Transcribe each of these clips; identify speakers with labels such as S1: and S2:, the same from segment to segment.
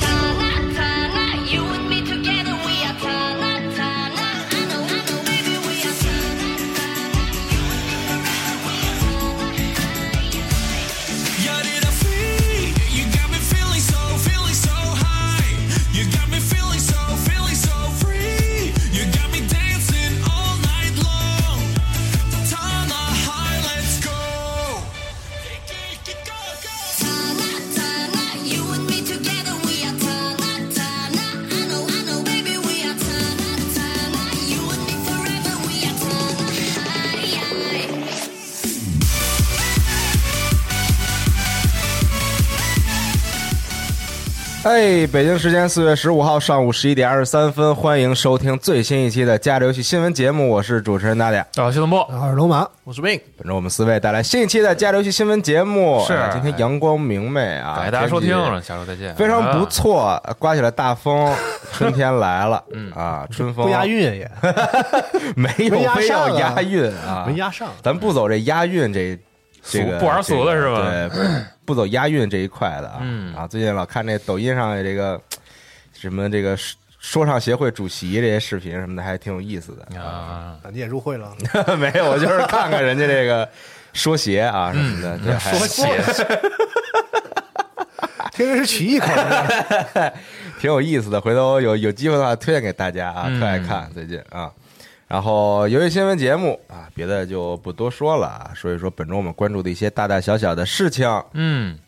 S1: Tana, Tana, you and me together, we are Tana, Tana. I know, I know, baby, we are Tana, Tana. You and me together, we are
S2: You're the feet. You got me feeling so, feeling so high. You got me feeling so, feeling so free. You got me dancing all night long. Tana high, let's go.
S1: Tana, Tana. You and me together, we are Tana, Tana. I know, I know, baby, we are Tana, Tana. You and me forever, we are Tana. Aye, aye.
S3: 哎，北京时间四月十五号上午十一点二十三分，欢迎收听最新一期的《加里游戏新闻节目》，我是主持人大家。
S4: 啊，谢东波，
S5: 我是龙马，
S4: 我是 Win。
S3: 本周我们四位带来新一期的《加里游戏新闻节目》，
S4: 是
S3: 哎今天阳光明媚啊，
S4: 感谢大家收听，啊
S3: 天气
S4: 下周再见。
S3: 非常不错，刮起了大 风，春天来了，
S4: 嗯
S3: 啊，春风
S5: 不押韵也
S3: 没有
S5: 没押
S3: 非
S5: 上
S3: 要
S5: 啊
S3: 押韵啊，
S5: 没押上，
S3: 咱不走这押韵这这个
S4: 不玩俗的是吧嗯
S3: 这个对，不走押韵这一块的啊。啊，最近老看这抖音上这个什么这个说说唱协会主席这些视频什么的，还挺有意思的。
S4: 啊，
S5: 你也入会 了，
S3: 没有，我就是看看人家这个说鞋啊什么的，这还
S4: 嗯说 鞋
S5: 听着是曲艺口是 吧
S3: 挺有意思的。回头有有机会的话，推荐给大家啊，特
S4: 嗯
S3: 爱看最近啊。然后由于新闻节目啊，别的就不多说了啊，说一说本周我们关注的一些大大小小的事情。
S4: 嗯，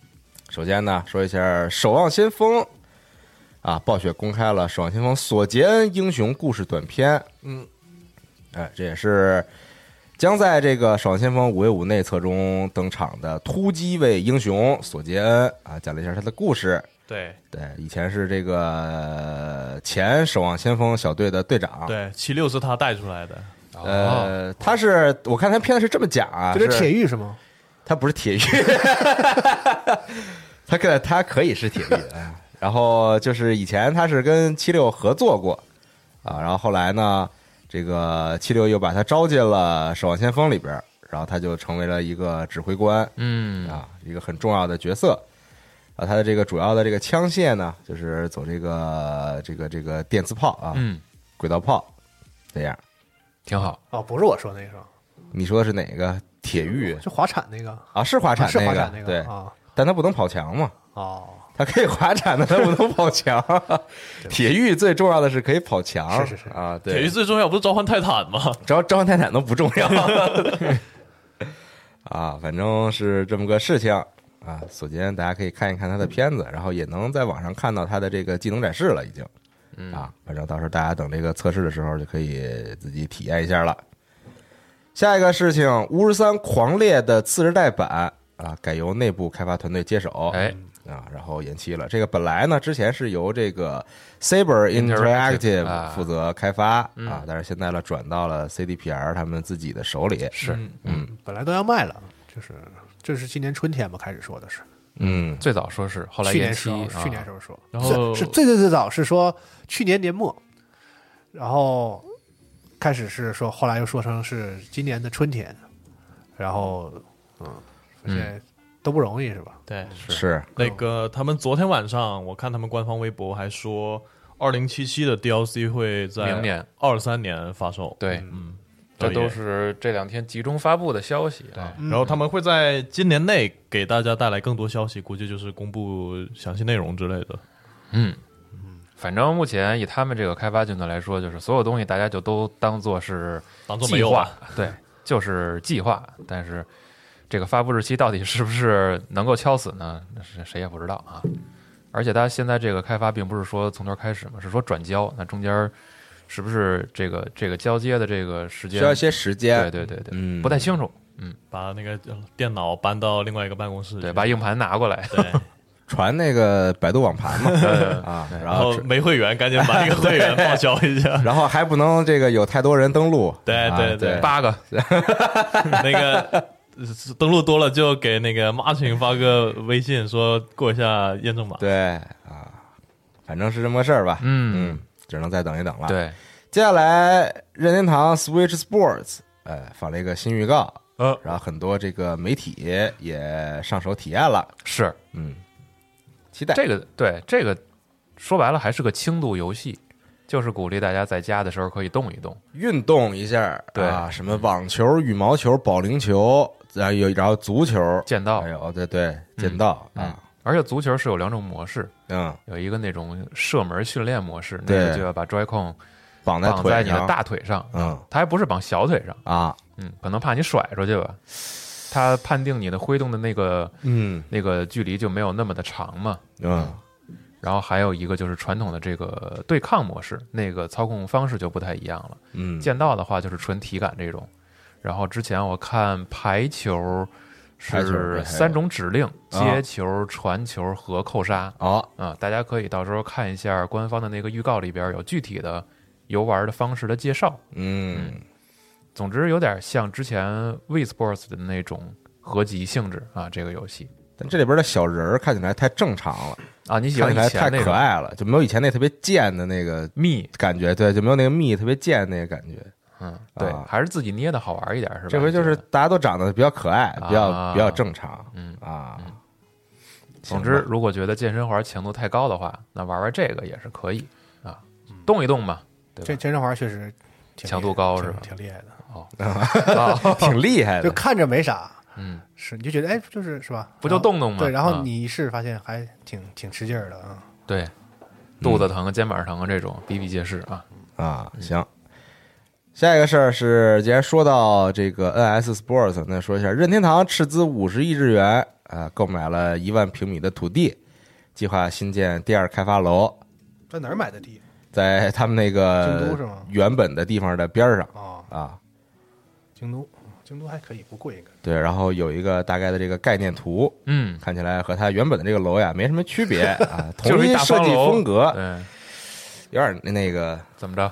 S3: 首先呢，说一下《守望先锋》啊，暴雪公开了《守望先锋：索杰恩英雄故事短片》。嗯，哎，这也是将在这个《守望先锋》五 v 五内测中登场的突击位英雄索杰恩啊，讲了一下他的故事。
S6: 对
S3: 对，以前是这个前《守望先锋》小队的队长。，
S6: 对，七六是他带出来的，
S4: 哦
S3: 呃，他是我看他片子是这么讲啊，
S5: 这是
S3: 是
S5: 铁玉是吗？
S3: 他不是铁玉， 他可他可以是铁玉。哎然后就是以前他是跟七六合作过啊，然后后来呢，这个七六又把他招进了《守望先锋》里边儿，然后他就成为了一个指挥官，
S4: 嗯
S3: 啊，一个很重要的角色。啊，他的这个主要的这个枪械呢，就是走这个这个这个电磁炮啊，
S4: 嗯，
S3: 轨道炮这样。
S4: 挺好。
S5: 哦，不是我说那个是吧，
S3: 你说的是哪个？铁玉
S5: 就滑铲那个，
S3: 啊，是滑铲
S5: 是滑
S3: 个，
S5: 铲那个
S3: 对，
S5: 啊，
S3: 但他不能跑墙嘛。
S5: 哦，
S3: 它可以滑铲的，它不能跑 墙。铁玉最重要的是可以跑墙，
S5: 是是是
S3: 啊，对，
S6: 铁鱼最重要不是召唤泰坦吗？
S3: 只要召唤泰坦都不重 要。 啊，反正是这么个事情啊。所见大家可以看一看他的片
S5: 嗯
S3: 子，然后也能在网上看到他的这个技能展示了，已经。
S5: 嗯
S3: 啊，反正到时候大家等这个测试的时候就可以自己体验一下了。下一个事情，《巫师三：狂猎》的次世代版啊，改由内部开发团队接手，
S4: 哎，
S3: 啊，然后延期了。这个本来呢，之前是由这个 Saber Interactive
S4: 啊嗯
S3: 负责开发啊，但是现在呢，转到了 CDPR 他们自己的手里。
S4: 是
S6: 嗯
S5: 本来都要卖了，就是这是今年春天吧开始说的是，
S3: 嗯，
S4: 最早说是，后来
S5: 去
S4: 延
S5: 年
S4: 期
S5: 时候，，
S4: 啊
S5: 去年时候说，
S6: 然后
S5: 是是最最最早是说去年年末，然后开始是说，后来又说成是今年的春天，然后嗯，现在都不容易是吧？
S6: 对，
S3: 是
S6: 那个他们昨天晚上我看他们官方微博还说，二零七七的 DLC 会在
S4: 明年
S6: 二三年发售。
S4: 对，
S6: 嗯，
S4: 这
S6: 所
S4: 都
S6: 以
S4: 是这两天集中发布的消息啊。
S6: 然后他们会在今年内给大家带来更多消息，估计就是公布详细内容之类的。
S4: 嗯，反正目前以他们这个开发军团来说，就是所有东西大家就都当做是
S6: 当做没
S4: 计
S6: 有
S4: 划
S6: 啊吧，
S4: 对，就是计划。但是这个发布日期到底是不是能够敲死呢？那是谁也不知道啊。而且他现在这个开发并不是说从头开始嘛，是说转交，那中间是不是这个这个交接的这个时间
S3: 需要一些时间。
S4: 对对对对，
S3: 嗯
S4: 不太清楚。
S6: 把那个电脑搬到另外一个办公室去，
S4: 对，把硬盘拿过来，
S6: 嗯对，
S3: 传那个百度网盘嘛啊，然
S6: 然后
S3: 后
S6: 没会员赶紧买一个会员报销 一下。
S3: 然后还不能这个有太多人登录。
S6: 对
S3: 啊对
S6: 对对，
S4: 八个
S6: 那个呃登录多了就给那个 Martin 发个微信说过一下验证码。
S3: 对啊，反正是这么个事儿吧。
S4: 嗯
S3: 嗯，只能再等一等了。，
S4: 对，
S3: 接下来任天堂 Switch Sports 呃放了一个新预告，
S4: 嗯
S6: 呃，
S3: 然后很多这个媒体也上手体验了。
S4: 是
S3: 嗯，期待
S4: 这个对这个说白了还是个轻度游戏，就是鼓励大家在家的时候可以动一动。
S3: 运动一下，
S4: 对
S3: 啊，什么网球、羽毛球、保龄球，然后有然后足球，
S4: 剑道
S3: 还有对对
S4: 嗯
S3: 剑道啊，
S4: 而且足球是有两种模式，
S3: 嗯，
S4: 有一个那种射门训练模式，那
S3: 对
S4: 个就要把 Joycon
S3: 绑在
S4: 绑在
S3: 腿
S4: 你的
S3: 上，
S4: 大腿上，
S3: 嗯
S4: 它还不是绑小腿上，
S3: 啊，
S4: 嗯，可能怕你甩出去吧。它判定你的挥动的那个
S3: 嗯
S4: 那个距离就没有那么的长嘛。
S3: 嗯
S4: 然后还有一个就是传统的这个对抗模式，那个操控方式就不太一样了。
S3: 嗯，
S4: 剑道的话就是纯体感这种，然后之前我看排球
S3: 排球对还
S4: 是
S3: 有
S4: 三种指令：
S3: 啊
S4: 接球、传球和扣杀。
S3: 哦，
S4: 啊，大家可以到时候看一下官方的那个预告里边有具体的游玩的方式的介绍。
S3: 嗯
S4: 总之有点像之前 We Sports 的那种合集性质啊，这个游戏
S3: 但这里边的小人儿看起来太正常了，
S4: 啊，你喜
S3: 看
S4: 欢
S3: 起来
S4: 以
S3: 太
S4: 前那
S3: 可
S4: 种
S3: 爱了，就没有以前那特别贱的那个
S4: 密，
S3: 感觉，对，就没有那个蜜特别贱那个感觉。
S4: 嗯，对
S3: 啊，
S4: 还是自己捏的好玩一点是吧？
S3: 这回就是
S4: 觉得
S3: 大家都长得比较可爱，比较
S4: 啊
S3: 比较正常，
S4: 嗯
S3: 啊。
S4: 总
S3: 行
S4: 之，
S3: 吧，
S4: 如果觉得健身环强度太高的话，那玩玩这个也是可以啊，动一动嘛，
S5: 这
S4: 对吧？
S5: 健身环确实嗯挺厉害
S4: 强度高是吧
S5: 挺挺厉害的，
S4: 啊
S3: 挺厉害
S5: 就
S3: 的，
S5: 看着没啥，
S4: 嗯，
S5: 是你就觉得哎，就是是吧？
S4: 不就
S5: 然后
S4: 动动吗
S5: 对，然后
S4: 啊
S5: 你一试发现还挺挺吃劲儿的啊。
S4: 对，肚
S3: 嗯
S4: 子疼、肩膀疼啊，这种比比皆是啊。
S3: 啊，行。下一个事儿是，既然说到这个 NS Sports，那说一下，任天堂斥资五十亿日元啊、呃购买了一万平米的土地，计划新建第二开发楼，
S5: 在哪儿买的地
S3: 在他们那
S5: 京
S3: 个
S5: 都是吗
S3: 原本的地方的边儿上
S5: 啊？
S3: 啊。
S5: 京都，嗯京都还可以，不贵应该。
S3: 对，然后有一个大概的这个概念图，
S4: 嗯，
S3: 看起来和它原本的这个楼呀没什么区 别啊，
S4: 就
S3: 同
S4: 是
S3: 一
S4: 一大
S3: 设
S4: 方
S3: 计
S4: 楼
S3: 风格，
S4: 对，
S3: 有点那那个
S4: 怎么着？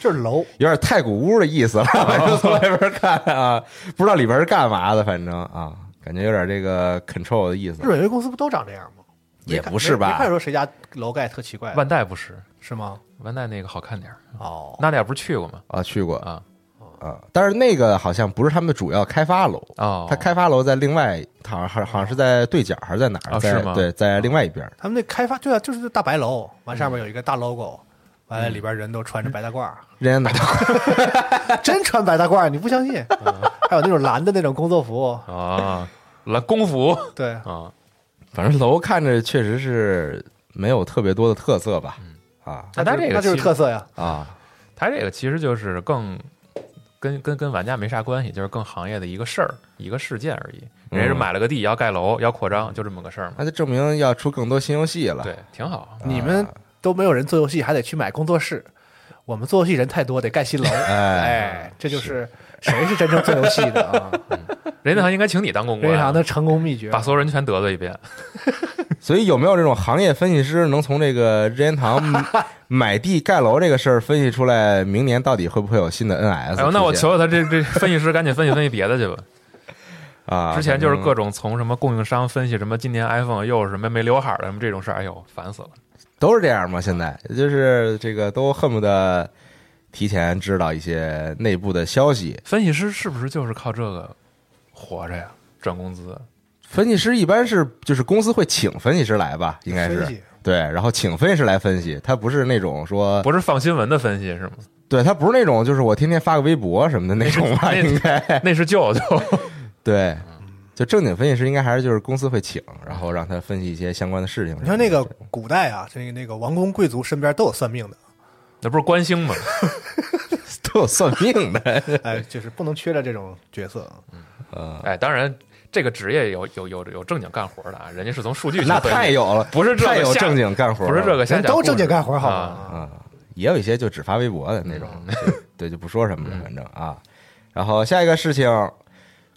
S5: 就是楼，
S3: 有点太古屋的意思了，反正从外边看啊，不知道里边是干嘛的，反正啊，感觉有点这个 control 的意思
S5: 日，本游戏公司不都长这样吗？
S3: 也
S5: 看
S3: 不是
S5: 没没看
S3: 吧？
S5: 说谁家楼盖特奇怪，
S4: 万代不是，
S5: 是吗？
S4: 万代那个好看点儿。
S5: 哦，
S4: 娜姐不是去过吗？
S3: 啊，去过
S4: 啊
S3: 啊，但是那个好像不是他们的主要开发楼，
S4: 哦，
S3: 它开发楼在另外，好像好好像是在对角还是在哪儿？
S4: 啊
S3: 在
S4: 是吗
S3: 对，在另外一边儿。
S5: 他们那开发对啊，就是那大白楼，完上
S4: 嗯
S5: 面有一个大 logo，完了里边人都穿着白大褂儿，
S3: 人 家拿
S5: 真穿白大褂儿，你不相信？
S4: 嗯哦
S5: 还有那种蓝的那种工作服，
S4: 啊，来功夫
S5: 对，
S4: 啊，
S3: 反正楼看着确实是没有特别多的特色吧，
S4: 嗯
S3: 啊
S4: 那它这
S5: 那
S4: 个
S5: 就是
S4: 其
S5: 特色呀。
S3: 啊，
S4: 它这个其实就是更跟跟跟玩家没啥关系，就是更行业的一个事儿、一个事件而已。人家是
S3: 嗯
S4: 买了个地，要盖楼，要扩张，就这么个事儿嘛。
S3: 那就证明要出更多新游戏了。
S4: 对，挺好。
S5: 你们都没有人做游戏，还得去买工作室。我们做游戏人太多，得 盖新楼。哎，这就是谁是真正做游戏的 啊？
S4: 任天堂应该请你当公
S5: 任天堂
S4: 关，啊
S5: 的成功秘诀
S4: 把所有人全得罪一遍。
S3: 所以有没有这种行业分析师能从这个任天堂 买地盖楼这个事儿分析出来，明年到底会不会有新的 NS？
S4: 哎呦，那我
S3: 出现
S4: 求求他，这这分析师赶紧分析分析别的去 吧。
S3: 啊，
S4: 之前就是
S3: 反正
S4: 各种从什么供应商分析什么今年 iPhone 又是什么没刘海儿的什么这种事儿，哎呦，烦死了。
S3: 都是这样嘛。现在就是这个都恨不得提前知道一些内部的消息。
S4: 分析师是不是就是靠这个活着呀？赚工资？
S3: 分析师一般是就是公司会请分析师来吧，应该
S5: 分
S3: 是
S5: 析。
S3: 对，然后请分析师来分析，他不是那种说，
S4: 不是放新闻的分析是吗？
S3: 对他不是那种就是我天天发个微博什么的那种吧，
S4: 那
S3: 应该
S4: 那嗯是舅 舅。
S3: 对，就正经分析师应该还是就是公司会请，然后让他分析一些相关的事情。
S5: 你看那个古代啊，那个那个王公贵族身边都有算命 的，
S4: 那不是关星吗？
S3: 都有算命的，
S5: 哎，就是不能缺了这种角色。啊嗯
S4: 哎，当然，这个职业有有有有正经干活的啊，人家是从数据去
S3: 那
S4: 分析
S3: 太有了，
S4: 不是这个
S3: 太有
S4: 下
S3: 正经干活了，
S4: 不是这个，
S5: 人
S4: 先讲
S5: 都
S4: 故事
S5: 正经干活好
S4: 啊
S3: 啊，
S5: 吗？
S3: 也有一些就只发微博的那种，
S4: 嗯
S3: 就 对，就不说什么了，反正啊。然后下一个事情，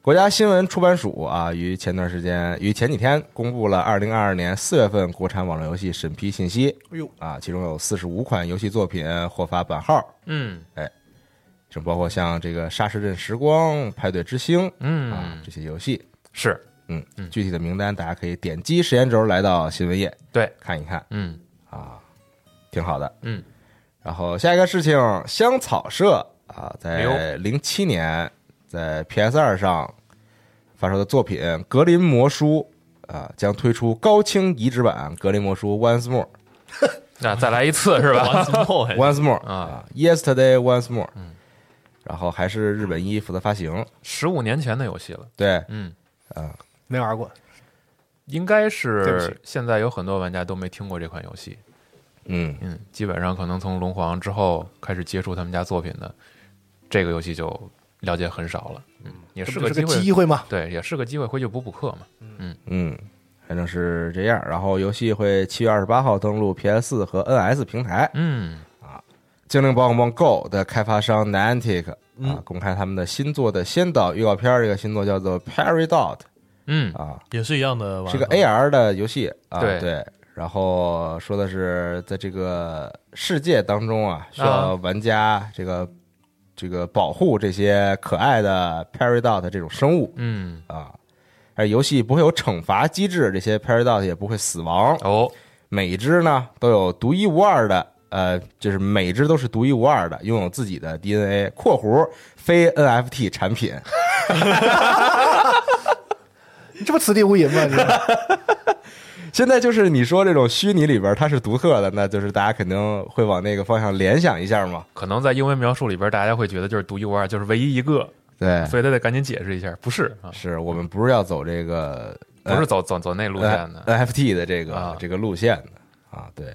S3: 国家新闻出版署啊，于前段时间于前几天公布了二零二二年四月份国产网络游戏审批信息
S5: 哎呦，
S3: 啊，其中有四十五款游戏作品获发版号，
S4: 嗯
S3: 就包括像这个《沙石镇时光》《派对之星》啊
S4: 嗯，
S3: 这些游戏。
S4: 是
S3: 嗯
S4: 嗯，
S3: 具体的名单大家可以点击时间轴来到新闻页
S4: 对，
S3: 看一看，
S4: 嗯
S3: 挺好的。
S4: 嗯，
S3: 然后下一个事情，香草社啊，
S4: 哎
S3: 在
S4: 呦
S3: 零七年在 PS 二上发售的作品《格林魔书》啊，将推出高清移植版《格林魔书 Once More
S4: 那再来一次是吧？
S6: 王思聪还》
S3: Once More
S4: 啊嗯
S3: ，Yesterday Once More，然后还是日本一负责发行，
S4: 十五年前的游戏了，
S3: 对，
S4: 嗯，
S5: 没玩过，
S4: 应该
S5: 对不
S4: 是现在有很多玩家都没听过这款游戏，
S3: 嗯，
S4: 嗯，基本上可能从龙皇之后开始接触他们家作品的，这个游戏就了解很少了，嗯，也
S5: 这
S4: 是
S5: 不
S4: 个
S5: 是
S4: 机
S5: 个
S4: 会，
S5: 机会吗？
S4: 对，也是个机会，回去补补课嘛，
S3: 嗯，反正是这样。然后游戏会七月二十八号登陆 PS 和 NS 平台。
S4: 嗯，
S3: 《精灵宝可梦 Go》的开发商 Niantic
S4: 嗯
S3: 啊，公开他们的新作的先导预告片儿，这个新作叫做《Peridot
S4: 嗯》，
S3: 啊，
S6: 也是一样的玩法，
S3: 是个 AR 的游戏啊，
S4: 对
S3: 对。然后说的是，在这个世界当中啊，需要玩家这个这个保护这些可爱的 Peridot 这种生物
S4: 嗯，
S3: 啊。而游戏不会有惩罚机制，这些 Peridot 也不会死亡。
S4: 哦，
S3: 每只呢都有独一无二的，呃，就是每只都是独一无二的，拥有自己的 DNA（括弧非 NFT 产品
S5: 你这不此地无银吗？ 你）。
S3: 现在就是你说这种虚拟里边它是独特的，那就是大家肯定会往那个方向联想一下嘛。
S4: 可能在英文描述里边，大家会觉得就是独一无二，就是唯一一个，
S3: 对，
S4: 所以他得赶紧解释一下，不是啊，
S3: 哎是我们不是要走这个呃
S4: 不是走走走那路线的，
S3: NFT 的这个、
S4: 啊
S3: 这个路线的啊，对。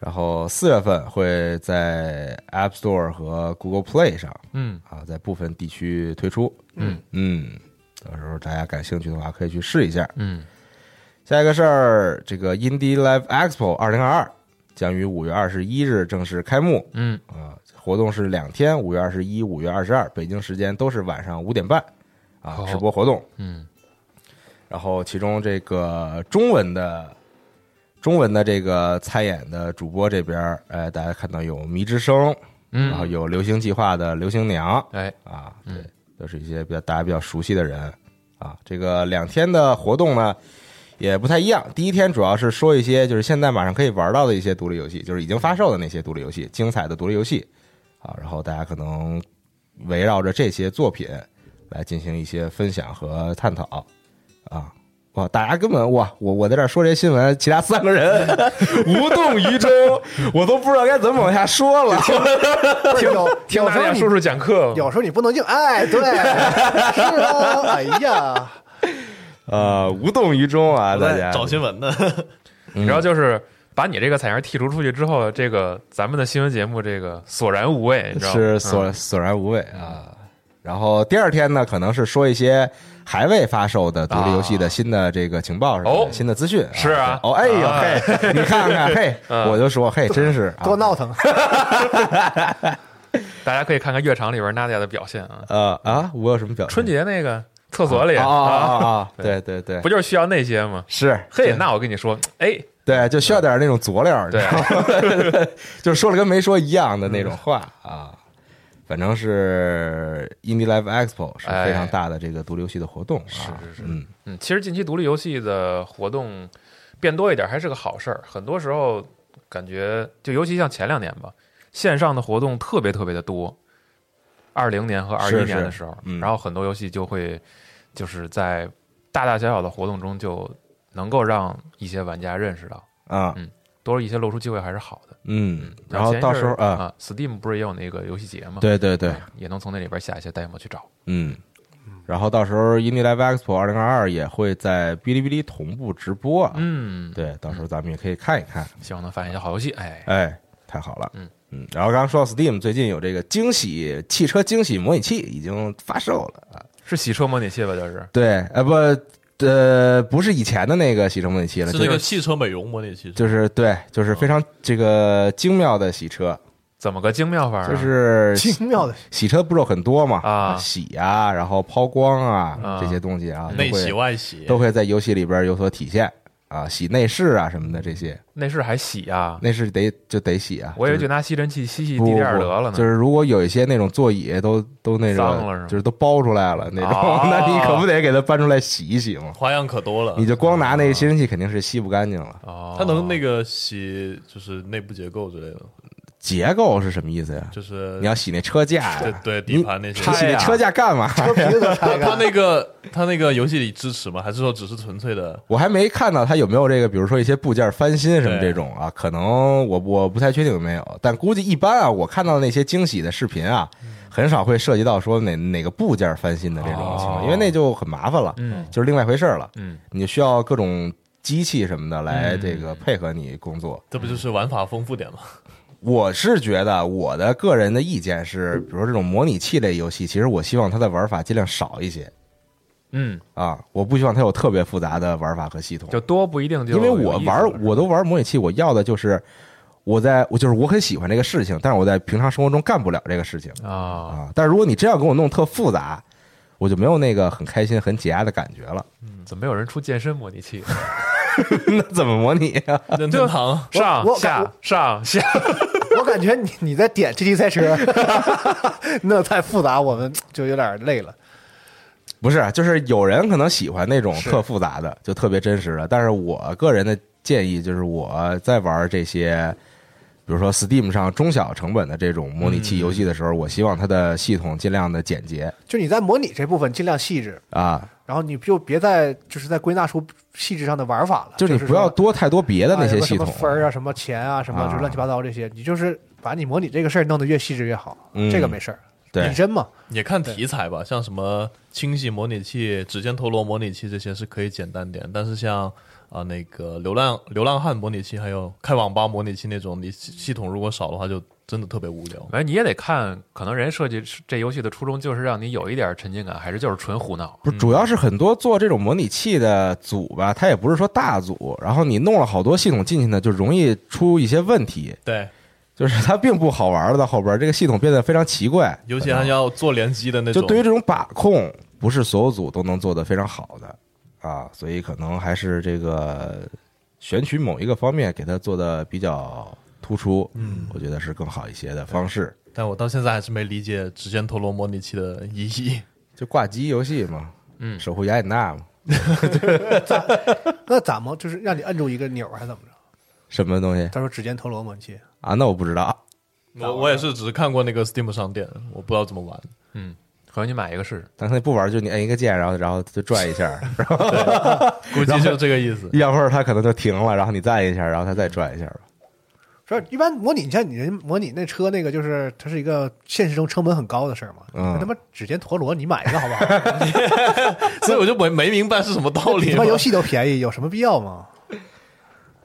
S3: 然后四月份会在 App Store 和 Google Play 上
S4: 嗯，
S3: 啊，在部分地区推出。
S4: 嗯
S3: 嗯，到时候大家感兴趣的话可以去试一下。
S4: 嗯
S3: 下一个事儿，这个 Indie Live Expo 二零二二将于五月二十一日正式开幕
S4: 嗯，
S3: 啊、活动是两天，五月二十一、五月二十二，北京时间都是晚上五点半啊
S4: 好，
S3: 直播活动。
S4: 嗯，
S3: 然后其中这个中文的。中文的这个参演的主播这边儿，哎，大家看到有迷之声，
S4: 嗯，
S3: 然后有流行计划的流行娘，
S4: 哎，
S3: 啊，对
S4: 嗯，
S3: 都是一些比较大家比较熟悉的人啊。这个两天的活动呢，也不太一样。第一天主要是说一些就是现在马上可以玩到的一些独立游戏，就是已经发售的那些独立游戏，精彩的独立游戏啊。然后大家可能围绕着这些作品来进行一些分享和探讨啊。哇，大家根本哇，我我在这儿说这些新闻，其他三个人 无动于衷，我都不知道该怎么往下说了。
S5: 不是有
S4: 听
S5: 有时
S4: 大
S5: 候
S4: 家
S5: 你
S4: 叔叔讲课，
S5: 有时候你不能硬哎，对，是啊，哎呀，
S3: 呃，无动于衷啊，大家
S6: 找新闻的，
S4: 然后就是把你这个采样剔除出去之后，这个咱们的新闻节目这个索然无味，你知道吗？嗯
S3: 是索索然无味啊。然后第二天呢，可能是说一些还未发售的独立游戏的新的这个情报什么的
S4: 哦
S3: 新的资讯。
S4: 是啊嗯
S3: 哦，哎呦 嘿，你看看嘿，我就说嘿，真是啊
S5: 多闹腾，
S4: 大家可以看看乐场里边 Nadia 的表现啊。
S3: 呃啊，我有什么表现？
S4: 春节那个厕所里
S3: 啊啊啊
S4: 啊，
S3: 啊！对对对，
S4: 不就是需要那些吗？
S3: 是
S4: 嘿
S3: 对，
S4: 那我跟你说，哎，
S3: 对，就需要点那种佐料，你知
S4: 对
S3: 道吗， 就是说了跟没说一样的那种话啊。反正是 Indie Live Expo 是非常大的这个独立游戏的活动啊，哎是是嗯，
S4: 嗯，其实近期独立游戏的活动变多一点还是个好事儿。很多时候感觉，就尤其像前两年吧，线上的活动特别特别的多。二零年和二
S3: 是
S4: 一
S3: 是
S4: 年的时候，
S3: 嗯
S4: 然后很多游戏就会就是在大大小小的活动中就能够让一些玩家认识到，
S3: 啊，
S4: 多一些露出机会还是好的。
S3: 嗯，然后到时候啊，
S4: 啊，Steam 不是也有那个游戏节吗？
S3: 对对对，
S4: 也能从那里边下一些 demo 去找。
S3: 嗯，然后到时候 Indie Live Expo 二零二二也会在哔哩哔哩同步直播啊，
S4: 嗯，
S3: 对，到时候咱们也可以看一看，
S4: 希望能发现一些好游戏。哎，
S3: 哎，太好了，
S4: 嗯
S3: 嗯，然后刚刚说到 Steam 最近有这个惊喜汽车惊喜模拟器已经发售了啊，
S4: 是洗车模拟器吧？这是
S3: 对，呃不，呃不是以前的那个洗车模拟器 了，
S6: 是
S3: 就
S6: 那个
S3: 是
S6: 汽车美容模拟器，
S3: 就是对，就是非常这个精妙的洗车，
S4: 怎么个精妙法啊？
S3: 就是
S5: 奇妙的
S3: 洗车步骤很多嘛，
S4: 啊
S3: 洗啊，然后抛光啊
S4: 啊
S3: 这些东西啊，都
S6: 内洗
S3: 会
S6: 外洗，
S3: 都会在游戏里边有所体现啊，洗内饰啊什么的这些，
S4: 内饰还洗啊？
S3: 内饰得就得洗啊，
S4: 我以为
S3: 就
S4: 就是拿吸尘器吸吸
S3: 不
S4: 地垫儿
S3: 不
S4: 得了呢。
S3: 就是如果有一些那种座椅都都那
S4: 脏了是
S3: 种
S4: 吗
S3: 就是都包出来了那
S4: 哦
S3: 种，那你可不得给它搬出来洗一洗嘛？
S6: 花样可多了
S4: 啊
S3: 你。就光拿那个吸尘器肯定是吸不干净了。
S4: 哦，
S6: 它能那个洗，就是内部结构之类的，
S3: 结构是什么意思呀？
S6: 就是
S3: 你要洗那车架呀
S6: 对呃对
S3: 你
S6: 底盘那些
S3: 你洗那车架干嘛？
S5: 车皮子都拆
S6: 它
S5: 开。
S6: 那个 它那个游戏里支持吗？还是说只是纯粹的？
S3: 我还没看到它有没有这个，比如说一些部件翻新什么这种啊，可能我我不太确定有没有，但估计一般啊，我看到那些惊喜的视频啊，
S6: 嗯
S3: 很少会涉及到说哪哪个部件翻新的这种情况，
S4: 哦
S3: 因为那就很麻烦了，
S4: 嗯
S3: 就是另外一回事儿了，
S4: 嗯，
S3: 你就需要各种机器什么的来
S6: 嗯
S3: 这个配合你工作。
S6: 这不就是玩法丰富点吗？
S3: 我是觉得我的个人的意见
S4: 嗯
S3: 是，比如说这种模拟器类游戏，其实我希望它的玩法尽量少一些
S4: 嗯，
S3: 啊，我不希望它有特别复杂的玩法和系统。
S4: 就多不一定就
S3: 因为我
S4: 有意思
S3: 玩
S4: 了
S3: 我都玩模拟器，我要的就是我在我就是我很喜欢这个事情，但是我在平常生活中干不了这个事情
S4: 啊，
S3: 啊。但是如果你真要给我弄特复杂，我就没有那个很开心、很解压的感觉了。
S4: 怎么没有人出健身模拟器？
S3: 那怎么模拟啊？
S6: 任天堂
S4: 上
S5: 我
S4: 下上下，
S5: 我感觉你你在点 GT 赛车， 那太复杂，我们就有点累了。
S3: 不是，就是有人可能喜欢那种
S5: 是
S3: 特复杂的，就特别真实的。但是我个人的建议就是，我在玩这些，比如说 Steam 上中小成本的这种模拟器游戏的时候，我希望它的系统尽量的简洁
S5: 就你在模拟这部分尽量细致，
S3: 啊，
S5: 然后你就别再就是在归纳出细致上的玩法了。
S3: 就是你
S5: 是
S3: 不要
S5: 说
S3: 多太多别的那
S5: 啊
S3: 些
S5: 有个
S3: 系
S5: 什么
S3: 统。
S5: 分儿啊，什么钱啊，什么
S3: 啊
S5: 就乱七八糟这些，你就是把你模拟这个事儿弄得越细致越好，
S3: 嗯
S5: 这个没事儿，
S3: 对
S5: 拟，真嘛。
S6: 也看题材吧，像什么清洗模拟器、指尖陀螺模拟器这些是可以简单点，但是像啊、那个流浪流浪汉模拟器，还有开网吧模拟器那种，你系系统如果少的话，就真的特别无聊。
S4: 哎反正你也得看，可能人家设计这游戏的初衷就是让你有一点沉浸感，还是就是纯胡闹？
S5: 嗯
S3: 不是，主要是很多做这种模拟器的组吧，它也不是说大组，然后你弄了好多系统进去呢，就容易出一些问题，
S6: 对，
S3: 就是它并不好玩了。到后边这个系统变得非常奇怪，
S6: 尤其还要做联机的那
S3: 就
S6: 种，
S3: 对于这种把控，不是所有组都能做得非常好的啊，所以可能还是这个选取某一个方面给它做的比较突出，嗯，我觉得是更好一些的方式。
S6: 但我到现在还是没理解指尖陀螺模拟器的意义。
S3: 就挂机游戏嘛，嗯，守护雅典娜嘛。
S5: 那咋么就是让你摁住一个钮儿还怎么着？
S3: 什么东西
S5: 他说指尖陀螺模拟器，
S3: 啊？那我不知道。
S6: 我我也是只是看过那个 Steam 商店，我不知道怎么玩。
S4: 嗯，可能你买一个试试。
S3: 但是他不玩，就你摁一个键，然后然后就转一 下，
S6: 估计就这个意思。
S3: 要不然他可能就停了，然后你再一下，然后他再转一下吧。
S5: 说一般模拟，你像你人模拟那车那个，就是它是一个现实中成本很高的事儿嘛。
S3: 嗯
S5: 那他妈指尖陀螺，你买一个好 不好？
S6: 所以我就没没明白是什么道
S5: 比
S6: 理
S5: 他
S6: 嘛。
S5: 妈游戏都便宜，有什么必要吗？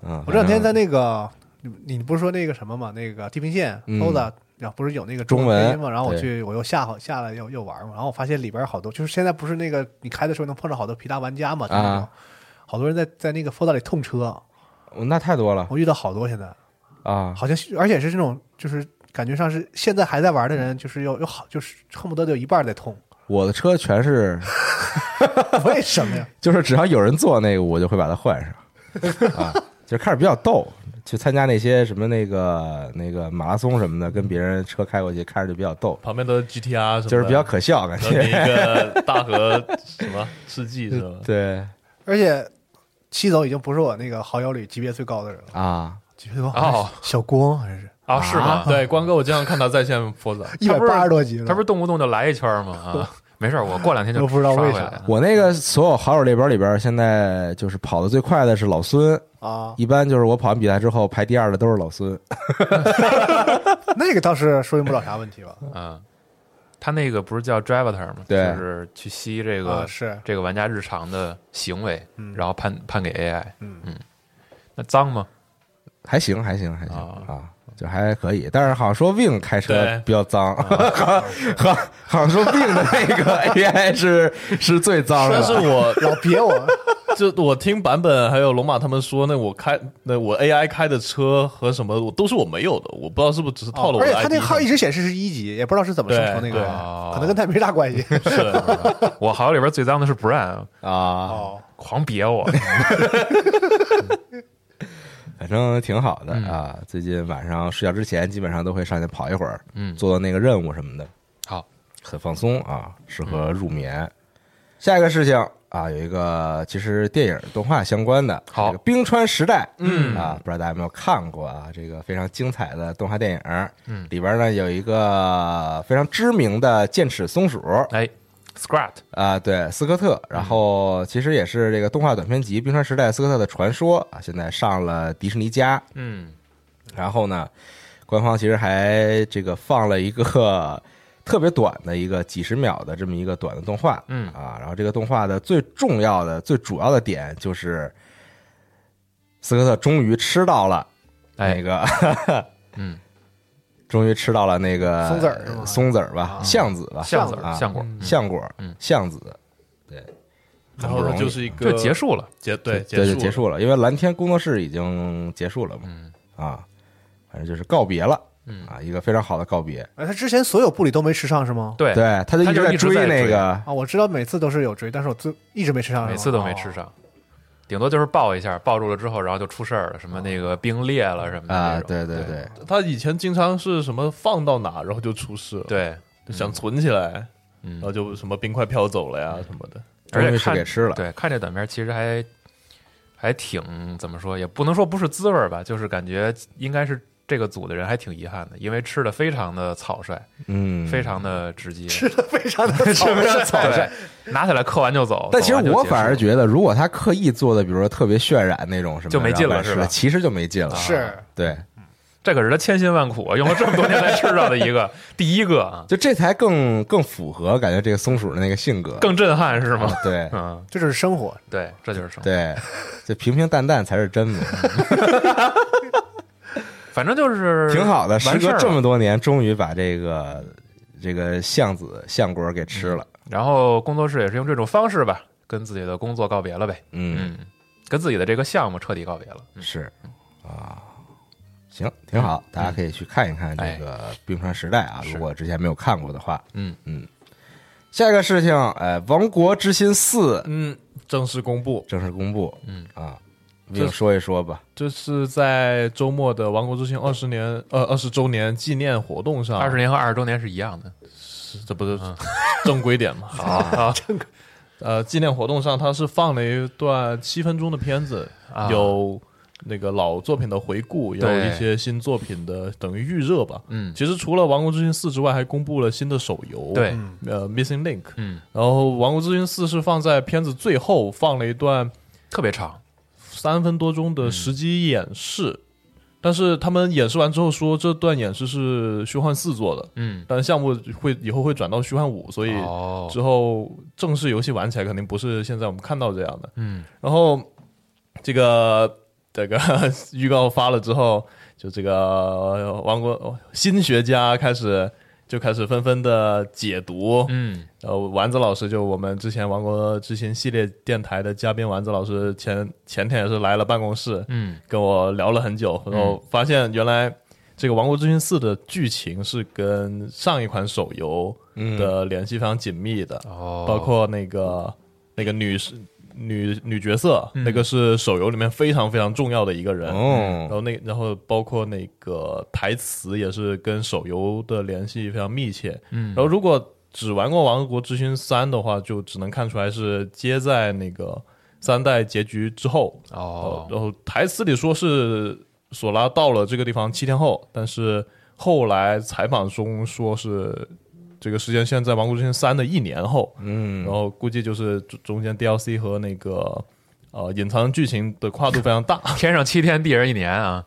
S3: 嗯，
S5: 我这两天在那个，你你不是说那个什么嘛？那个《地平线
S3: 嗯》
S5: OZA，然后不是有那个
S3: 中文
S5: 文配音嘛？然后我
S3: 对
S5: 去，我又下好下来又又玩嘛。然后我发现里边好多，就是现在不是那个你开的时候能碰到好多皮大玩家嘛？就是那种
S3: 啊
S5: 好多人在在那个 FODA 里痛车，
S3: 哦那太多了
S5: 我遇到好多现在，
S3: 啊，
S5: 好像是而且是这种就是。感觉上是现在还在玩的人，就是有有好，就是恨不得有一半在痛，
S3: 我的车全是，
S5: 为什么呀？
S3: 就是只要有人坐那个，我就会把它换上啊，就开始比较逗。去参加那些什么那个那个马拉松什么的，跟别人车开过去，看着就比较逗，
S6: 旁边都是 GTR 什么的，
S3: 就是比较可笑感
S6: 和你一
S3: 觉。？
S6: 个大和什么世纪是吧
S3: 对
S5: 而且七总已经不是我那个好友里级别最高的人了，
S3: 啊，
S5: 级别最高好像是
S4: 哦
S5: 小光还 是
S4: 啊，是吗？
S6: 对，关哥，我经常看他在线 f o
S5: 一百八十多级了，
S4: 他不是动不动就来一圈吗？啊，没事儿，我过两天就
S5: 都不知道为啥
S4: 刷回来
S3: 我那个所有好友列表里边，现在就是跑得最快的是老孙，
S5: 啊，
S3: 一般就是我跑完比赛之后排第二的都是老孙。
S5: 那个倒是说明不了啥问 题吧？
S4: 嗯，他那个不是叫 Drivatar 吗？
S3: 对
S4: 就是去吸这个、
S5: 啊是
S4: 这个玩家日常的行为，
S5: 嗯
S4: 然后判判给 AI。
S5: 嗯
S4: 那脏吗？
S3: 还行，还行，还行
S4: 啊
S3: 啊，就还可以。但是好像说 Win 开车
S6: 哦对哦
S3: 比较脏，好好好像说 Win 的那个 AI 是是最脏
S6: 但是
S3: 的。
S6: 我
S5: 老 别我，
S6: 就我听版本还有龙马他们说，那我开那我 AI 开的车和什么我都是我没有的，我不知道是不是只是套了我
S5: 而
S6: 的
S5: 且
S6: ID 上。
S5: 他那个号一直显示是一级，也不知道是怎么生成那个
S6: 对
S5: 的
S4: 哦，
S5: 可能跟他没啥关系。
S6: 是
S4: 我好友里边最脏的是 Brian，
S3: 啊，
S5: 哦，
S4: 狂 别我。
S3: 反正挺好的
S4: 嗯
S3: 啊。最近晚上睡觉之前，基本上都会上去跑一会儿，
S4: 嗯，
S3: 做做那个任务什么的，
S4: 好，嗯
S3: 很放松啊，适合入眠。下一个事情啊，有一个其实电影动画相关的，
S4: 好
S3: 这个冰川时代》，
S4: 嗯
S3: 啊，不知道大家有没有看过啊？这个非常精彩的动画电影，
S4: 嗯
S3: 里边呢有一个非常知名的剑齿松鼠
S4: 哎，Scrat，
S3: 啊，对，斯科特，
S4: 嗯
S3: 然后其实也是这个动画短片集《冰川时代：斯科特的传说》啊，现在上了迪士尼家，
S4: 嗯，
S3: 然后呢，官方其实还这个放了一个特别短的一个几十秒的这么一个短的动画，
S4: 嗯
S3: 啊，然后这个动画的最重要的、最主要的点就是，斯科特终于吃到了
S4: 哎
S3: 那个，
S4: 嗯，
S3: 终于吃到了那个
S5: 松子儿是吗
S3: 松子儿吧，
S5: 啊
S3: 橡子吧，
S4: 橡子
S3: 啊
S4: 儿、橡果，
S3: 橡果儿
S4: 嗯，
S3: 橡子，对，
S6: 然
S3: 很
S6: 后
S3: 不
S6: 它
S3: 容易
S6: 就是一个
S4: 就结束了。
S6: 结对
S3: 对对，结
S6: 结了
S3: 束了，因为蓝天工作室已经结束了嘛，
S4: 嗯
S3: 啊，反正就是告别了，
S4: 嗯
S3: 啊，一个非常好的告别。
S5: 哎，他之前所有部里都没吃上是吗？
S4: 对，
S3: 对，他就
S4: 他
S3: 一直
S4: 就
S3: 在
S4: 一直在
S3: 那
S4: 追
S3: 个
S5: 啊，我知道每次都是有追，但是我哦最一直没吃上，
S4: 每次都没吃
S5: 上。
S4: 上。顶多就是抱一下，抱住了之后，然后就出事儿了，什么那个冰裂了什么的
S3: 啊，
S4: 嗯这种
S3: 对对
S4: 对
S3: 对，
S6: 他以前经常是什么放到哪，然后就出事了，
S4: 对，
S6: 就想存起来，
S4: 嗯
S6: 然后就什么冰块飘走了呀什么的。
S4: 而且
S3: 终于是
S4: 看
S3: 给吃了
S4: 对，看这短片其实还还挺怎么说，也不能说不是滋味儿吧，就是感觉应该是这个组的人还挺遗憾的，因为吃的非常的草率，
S3: 嗯，
S4: 非常的直接，
S5: 吃的非常 的
S3: 吃得非常草 率。
S4: 对，拿起来嗑完就走。
S3: 但其实
S4: 走完就
S3: 我
S4: 结
S3: 反而
S4: 束
S3: 觉得，如果他刻意做的，比如说特别渲染那种什么，
S4: 就没劲了
S3: 然后
S4: 是吧啊
S3: 其实就没劲了。
S5: 是
S3: 对，
S4: 这可是他千辛万苦啊用了这么多年才吃到的一个第一个啊，
S3: 就这才更更符合感觉这个松鼠的那个性格，
S4: 更震撼是吗
S3: 啊？对
S4: 嗯，
S5: 这就是生活。
S4: 对，这就是生活。
S3: 对，就平平淡淡才是真的，
S4: 反正就是
S3: 挺好的。时
S4: 完事
S3: 隔
S4: 儿了
S3: 这么多年，终于把这个这个橡子橡果给吃了。
S4: 然后工作室也是用这种方式吧，跟自己的工作告别了呗，
S3: 嗯，
S4: 嗯，跟自己的这个项目彻底告别了。
S3: 是啊，行，挺好，大家可以去看一看这个《冰川时代》啊，如果之前没有看过的话，
S4: 嗯
S3: 嗯。下一个事情，哎，《王国之心四》
S6: 嗯，正式公布，
S3: 正式公布，
S4: 嗯
S3: 啊，
S6: 这
S3: 就说一说吧，
S6: 这是在周末的《王国之心》二十年呃二十周年纪念活动上，
S4: 二十年和二十周年是一样的，嗯
S6: 这不是正规点吗？
S4: 啊，
S6: 呃，纪念活动上，他是放了一段七分钟的片子，
S4: 啊
S6: 有那个老作品的回顾，有
S4: 对
S6: 一些新作品的等于预热吧。
S4: 嗯
S6: 其实除了《王国之心四》之外，还公布了新的手游，
S4: 对，
S6: 呃，《Missing Link》。
S4: 嗯，
S6: 然后《王国之心四》是放在片子最后放了一段
S4: 特别长，嗯
S6: 三分多钟的实机演示，但是他们演示完之后说，这段演示是虚幻四做的，
S4: 嗯，
S6: 但是项目会以后会转到虚幻五，所以
S4: 哦，
S6: 之后正式游戏玩起来肯定不是现在我们看到这样的。
S4: 嗯，
S6: 然后这个这个 预告发了之后，就这个呃王国新学家开始就开始纷纷的解读，
S4: 嗯，
S6: 呃，丸子老师就我们之前《王国之心》系列电台的嘉宾丸子老师前前天也是来了办公室，
S4: 嗯，
S6: 跟我聊了很久，然后发现原来这个《王国之心四》的剧情是跟上一款手游的联系非常紧密的，
S4: 哦，
S6: 包括那个那个女士女女角色，那个是手游里面非常非常重要的一个人，
S4: 嗯
S6: 然
S3: 哦，
S6: 后那然后包括那个台词也是跟手游的联系非常密切。
S4: 嗯
S6: 然后如果只玩过《王国之心三》的话，就只能看出来是接在那个三代结局之后。
S4: 哦，
S6: 然后台词里说是索拉到了这个地方七天后，但是后来采访中说是这个时间线在《王国之心三》的一年后。
S3: 嗯
S6: 然，后估计就是中中间 DLC 和那个呃隐藏剧情的跨度非常大。
S4: 天上七天，地人一年啊，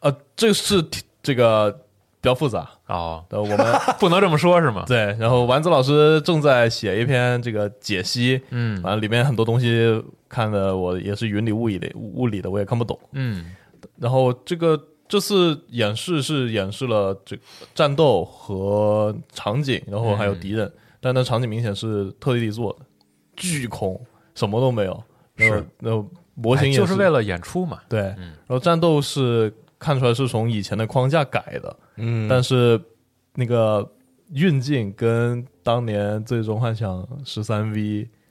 S6: 呃，这是挺这个比较复杂。
S4: 哦，
S6: 呃，我 们？
S4: 不能这么说，是吗
S6: 对，然后丸子老师正在写一篇这个解析，啊
S4: 嗯
S6: 完了里面很多东西看的我也是云里雾里的，雾里的我也看不懂。
S4: 嗯
S6: 然后这个这次演示是演示了这个战斗和场景，然后还有
S4: 嗯
S6: 敌人，但那场景明显是特地做的，巨空，什么都没有。然后
S4: 是，
S6: 然后模型
S4: 哎
S6: 也
S4: 就是为了嗯演出嘛。
S6: 对，然后战斗是看出来是从以前的框架改的，嗯，但是那个运镜跟当年《最终幻想十三 V》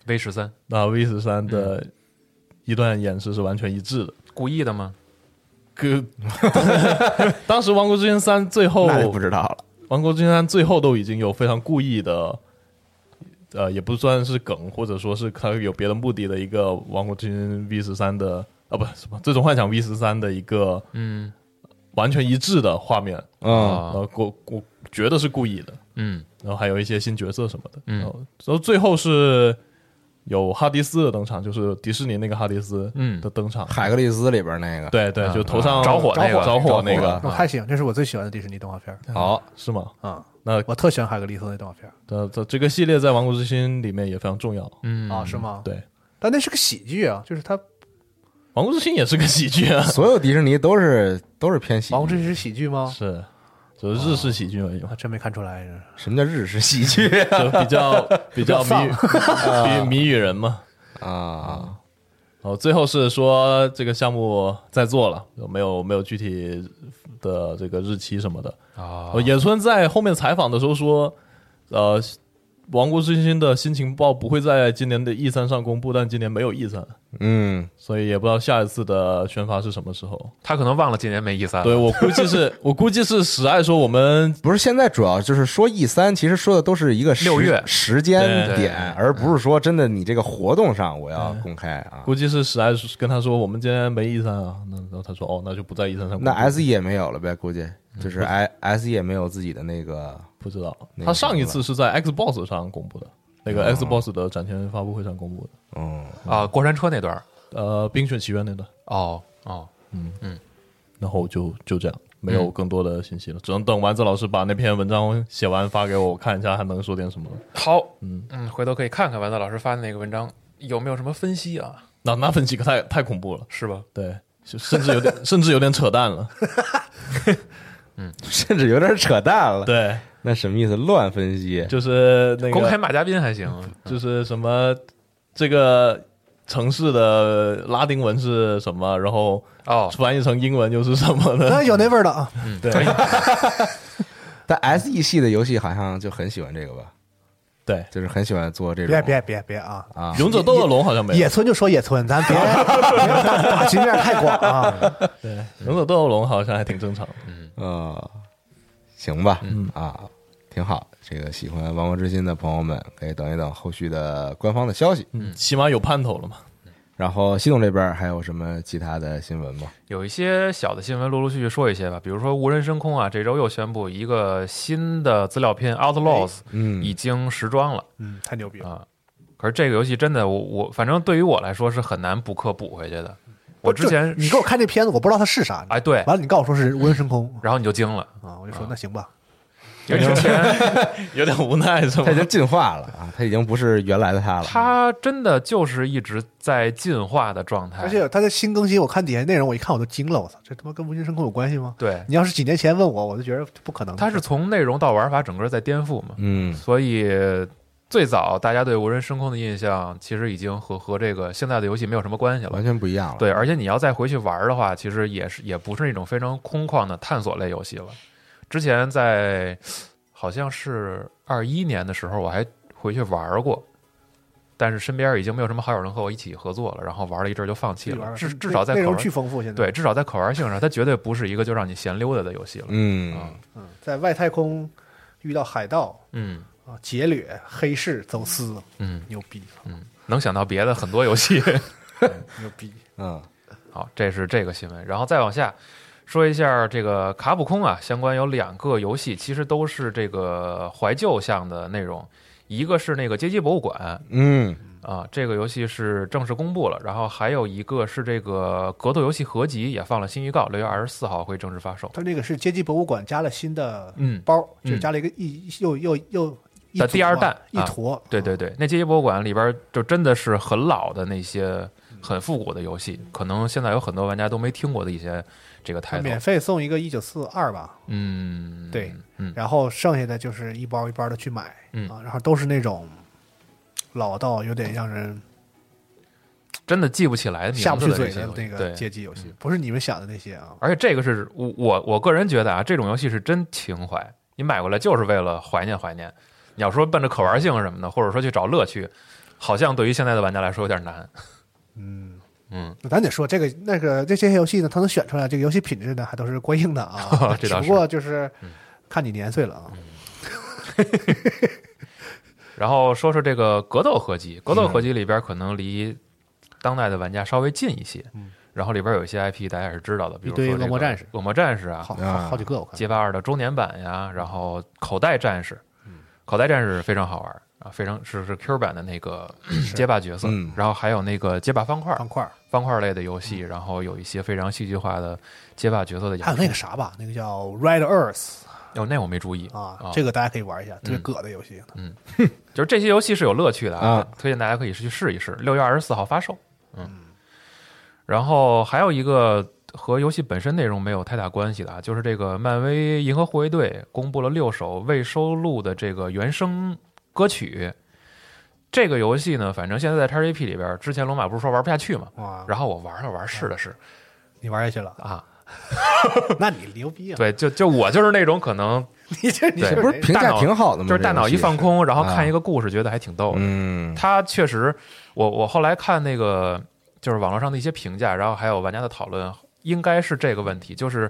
S4: V 十三
S6: 那 V 十三的一段演示是完全一致的。
S4: 故意的吗？
S6: 哥， 当时《王国之心三》最后，
S3: 那就不
S6: 《
S3: 知道了。
S6: 王国之心三》最后都已经有非常故意的。呃，也不算是梗，或者说是它有别的目的的一个《王国之心 V 十三》的啊，不什么《最终幻想 V 十三》的一个
S4: 嗯
S6: 完全一致的画面，
S3: 嗯，
S6: 然
S4: 啊
S6: 后我我觉得是故意的，
S4: 嗯
S6: 然后还有一些新角色什么的，
S4: 嗯
S6: 然后然后最后是有哈迪斯的登场，就是迪士尼那个哈迪斯
S4: 嗯
S6: 的登场，
S3: 海格力斯里边那个，
S6: 对对，
S4: 啊
S6: 就头上
S4: 着火那个嗯
S6: 着火那
S3: 着
S6: 个
S5: 那哦还行，这是我最喜欢的迪士尼动画片儿
S3: 好，
S6: 是吗？
S5: 啊，
S6: 那
S5: 我特喜欢海格力斯那动画片儿
S6: 这这这个系列在《王国之心》里面也非常重要，
S4: 嗯
S5: 啊，是吗？
S6: 对，《
S5: 但那是个喜剧啊，就是它《
S6: 王国之心》也是个喜剧 啊，
S3: 所有迪士尼都是都是偏喜
S5: 王国
S3: 剧。
S5: 之心》是喜剧吗？
S6: 是。就是日式喜剧而已
S5: 我
S6: 嘛
S5: 还，真没看出来，
S3: 什么叫日式喜剧
S6: 就比 较比较谜语 谜谜语人嘛，
S3: 啊？
S6: 哦，最后是说这个项目在做了，没有没有具体的这个日期什么的。
S4: 啊
S6: 哦，野村在后面采访的时候说，呃，《王国之心》的新情报不会在今年的 E 三上公布，但今年没有 E 三，
S3: 嗯，
S6: 所以也不知道下一次的宣发是什么时候。
S4: 他可能忘了今年没 E 三。
S6: 对我估计是，我估计是史爱说我们
S3: 不是，现在主要就是说 E 三，其实说的都是一个时
S4: 六月
S3: 时间
S6: 对
S3: 点，而不是说真的你这个活动上我要
S6: 对
S3: 公开啊。
S6: 估计是史爱跟他说我们今年没 E 三啊，那然后他说哦，那就不在 E 三上公布。
S3: 那 S E 也没有了呗，估计就是
S6: 嗯
S3: I S E 也没有自己的那个
S6: 不知道，
S3: 那个
S6: 他上一次是在 Xbox 上公布的，那个 Xbox 的展前发布会上公布的。
S3: 嗯
S4: 啊，过山车那段儿。
S6: 呃，《冰雪奇缘》那段，
S4: 哦哦，
S6: 然后就就这样，没有更多的信息了，只能等丸子老师把那篇文章写完发给我，我看一下还能说点什么了。
S4: 好，
S6: 嗯
S4: 嗯，回头可以看看丸子老师发的那个文章有没有什么分析啊，
S6: 那那分析可太太恐怖了，
S4: 是吧？
S6: 对，就甚至有点甚至有点扯淡了。
S3: 甚至有点扯淡了。
S6: 对，
S3: 那什么意思？乱分析？
S6: 就是那
S4: 公开
S6: 个
S4: 骂嘉宾还行，
S6: 就是什么这个城市的拉丁文是什么，然后
S4: 哦，
S6: 翻译成英文又是什么
S5: 那
S6: 的。
S5: 有那味儿了啊。
S6: 对
S3: 但 S E 系的游戏好像就很喜欢这个吧，
S6: 对，
S3: 就是很喜欢做这种。
S5: 别别别别啊！
S3: 啊！
S6: 勇者斗恶龙好像没有
S5: 野。村就说野村，咱别别打打击面太广啊。
S6: 对，勇者斗恶龙好像还挺正常的。
S3: 呃，行吧，
S6: 嗯
S3: 啊，挺好。这个喜欢《王国之心》的朋友们，可以等一等后续的官方的消息。
S6: 嗯，起码有盼头了嘛。
S3: 然后，系统这边还有什么其他的新闻吗？
S4: 有一些小的新闻，陆陆续续说一些吧。比如说，无人升空啊，这周又宣布一个新的资料片
S5: 哎
S4: 《Outlaws》
S3: 嗯
S4: 已经时装了啊
S5: 嗯，太牛逼了。
S4: 啊。可是这个游戏真的，我我反正对于我来说是很难补课补回去的。我之前
S5: 就你给我看这片子，我不知道它是啥。
S4: 哎对
S5: 完了你告诉我说是无人升空
S4: 然后你就惊了，
S5: 啊，我就说那行吧。
S4: 因为之 前
S6: 有点无奈是吧
S3: 他已？经进化了啊，他已经不是原来的他了。
S4: 它真的就是一直在进化的状态，
S5: 而且它的新更新，我看底下内容，我一看我都惊了，我操，这他妈跟无人升空有关系吗？
S4: 对，
S5: 你要是几年前问我，我就觉得不可能。
S4: 它是从内容到玩法整个在颠覆嘛，
S3: 嗯，
S4: 所以最早大家对无人升空的印象其实已经和和这个现在的游戏没有什么关系了
S3: 完。全不一样了。
S4: 对，而且你要再回去玩的话，其实也是也不是那种非常空旷的探索类游戏了。之前在好像是二一年的时候，我还回去玩过，但是身边已经没有什么好友能和我一起合作了，然后玩了一阵儿就放弃
S5: 自己玩
S4: 了。
S5: 儿
S4: 至
S5: 内
S4: 至少在
S5: 内
S4: 口
S5: 容
S4: 玩
S5: 巨丰富，现在
S4: 对，至少在口玩性上，它绝对不是一个就让你闲溜达的游戏了。
S3: 嗯，
S5: 嗯在外太空遇到海盗
S4: 嗯
S5: 啊、劫掠、黑市、走私，
S4: 嗯
S5: 牛逼，
S4: 嗯，能想到别的很多游戏。
S5: 牛逼！
S3: 嗯，
S4: 好，啊这是这个新闻，然后再往下说一下这个卡普空啊，相关有两个游戏，其实都是这个怀旧向的内容，一个是那个《街机博物馆
S3: 嗯，》
S4: 啊，这个游戏是正式公布了，然后还有一个是这个格斗游戏合集也放了新预告，六月二十四号会正式发售。
S5: 它那个是街机博物馆加了新的
S4: 嗯
S5: 包，
S4: 嗯
S5: 就加了一个一又又又一
S4: 的
S5: 坨
S4: 第二弹
S5: 一
S4: 啊
S5: 坨，
S4: 对对对，那街机博物馆里边就真的是很老的那些很复古的游戏，可能现在有很多玩家都没听过的一些这个
S5: 它
S4: title。
S5: 免费送一个一九四二吧，
S4: 嗯，
S5: 对，
S4: 嗯
S5: 然后剩下的就是一包一包的去买
S4: 嗯
S5: 啊，然后都是那种老到有点让人
S4: 真的记不起来名字
S5: 下不去
S4: 了
S5: 嘴
S4: 这些
S5: 的
S4: 东西
S5: 那个
S4: 对嗯
S5: 街机游戏，不是你们想的那些啊。
S4: 而且这个是我我我个人觉得啊，这种游戏是真情怀，你买过来就是为了怀念怀念。你要说奔着可玩性什么的，或者说去找乐趣，好像对于现在的玩家来说有点难。
S5: 那咱得说这个那个这些游戏呢，它能选出来，这个游戏品质呢还都是官应的 啊，
S4: 这
S5: 只
S4: 倒
S5: 不
S4: 是嗯
S5: 过就是看你年岁了啊。
S4: 然后说说这个格斗合集，格斗合
S5: 嗯
S4: 集里边可能离当代的玩家稍微近一些，然后里边有一些 IP 大家也是知道的，比如说、
S5: 嗯一
S4: 这
S5: 堆
S4: 个、
S5: 恶魔战士嗯
S4: 恶魔战士啊，
S5: 好
S3: 啊
S5: 好好几个我看
S4: 街霸二的周年版呀，然后口袋战士，
S5: 嗯
S4: 口袋战士非常好玩啊，非常是是 Q 版的那个街霸角色
S3: 嗯，
S4: 然后还有那个街霸方块
S5: 方块儿，
S4: 方块类的游戏，然后有一些非常戏剧化的街霸角色的演
S5: 还有那个啥吧，那个叫 Red Earth
S4: 哦，那我没注意
S5: 啊，这个大家可以玩一下，特
S4: 嗯
S5: 别葛的游戏。
S4: 就是这些游戏是有乐趣的啊，
S3: 啊
S4: 推荐大家可以去试一试。六月二十四号发售，嗯，然后还有一个和游戏本身内容没有太大关系的啊，就是这个漫威银河护卫队公布了六首未收录的这个原声歌曲。这个游戏呢，反正现在在 XGP 里边，之前龙马不是说玩不下去嘛，
S3: 啊
S5: 哇，
S4: 然后我玩了玩，试了试
S5: 你玩下去了，
S4: 啊，
S5: 那你牛逼啊！
S4: 对，就就我就是那种可能
S5: 你这你
S4: 对
S5: 这
S3: 不是评
S4: 大
S3: 价
S4: 脑
S3: 挺好的吗？
S4: 就是大脑一
S3: 这游
S4: 放
S3: 戏
S4: 空，然后
S3: 啊
S4: 看一个故事，觉得还挺逗的
S3: 是，。嗯，
S4: 他确实，我我后来看那个就是网络上的一些评价，然后还有玩家的讨论，应该是这个问题，就是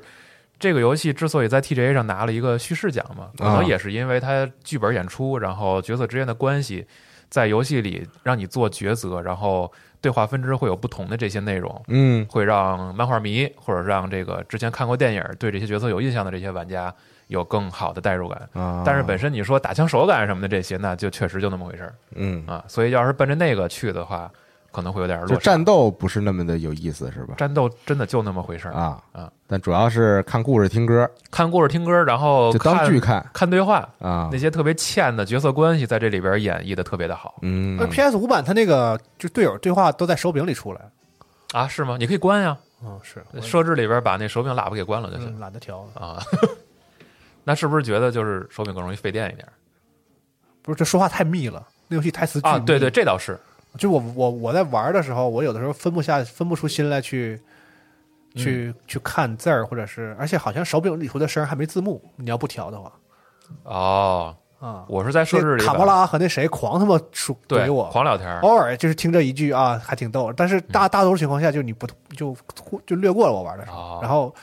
S4: 这个游戏之所以在 TGA 上拿了一个叙事奖嘛，可
S3: 啊
S4: 能也是因为它剧本演出，然后角色之间的关系，在游戏里让你做抉择，然后对话分支会有不同的这些内容。
S3: 嗯
S4: 会让漫画迷，或者让这个之前看过电影对这些角色有印象的这些玩家有更好的代入感。
S3: 啊，
S4: 但是本身你说打枪手感什么的这些，那就确实就那么回事儿。
S3: 嗯，
S4: 啊，所以要是奔着那个去的话，可能会有点
S3: 就
S4: 落差。
S3: 战斗不是那么的有意思，是吧？
S4: 战斗真的就那么回事儿，
S3: 啊
S4: 啊，
S3: 但主要是看故事、听歌，
S4: 看故事、听歌，然后
S3: 就当剧看
S4: 哦看对话，
S3: 啊
S4: 那。些特别欠的角色关系在这里边演绎的特别的好
S3: 嗯
S5: 那 PS 五版它那个就队友对话都在手柄里出来，
S4: 啊，是吗？你可以关呀，
S5: 嗯，是
S4: 设置里边把那手柄喇叭给关了就行
S5: 嗯懒得调了，
S4: 啊。那是不是觉得就是手柄更容易费电一点
S5: 不是这说话太密了，那游戏台词巨
S4: 啊？
S5: 密
S4: 对对，，这倒是，
S5: 就我我我在玩的时候，我有的时候分不下分不出心来去。
S4: 嗯
S5: 去去看字儿，或者是，而且好像手柄里头的声儿还没字幕，你要不调的话
S4: 哦，
S5: 啊。
S4: 我是在设置里
S5: 那
S4: 边
S5: 卡莫拉和那谁狂他妈说
S4: 对
S5: 怼我，
S4: 狂聊天
S3: 哦
S4: 儿，嗯
S5: 偶尔就是听这一句啊，还挺逗。但是大大多数情况下，就你不就就略过了我玩的时
S4: 哦啊
S5: 候，然后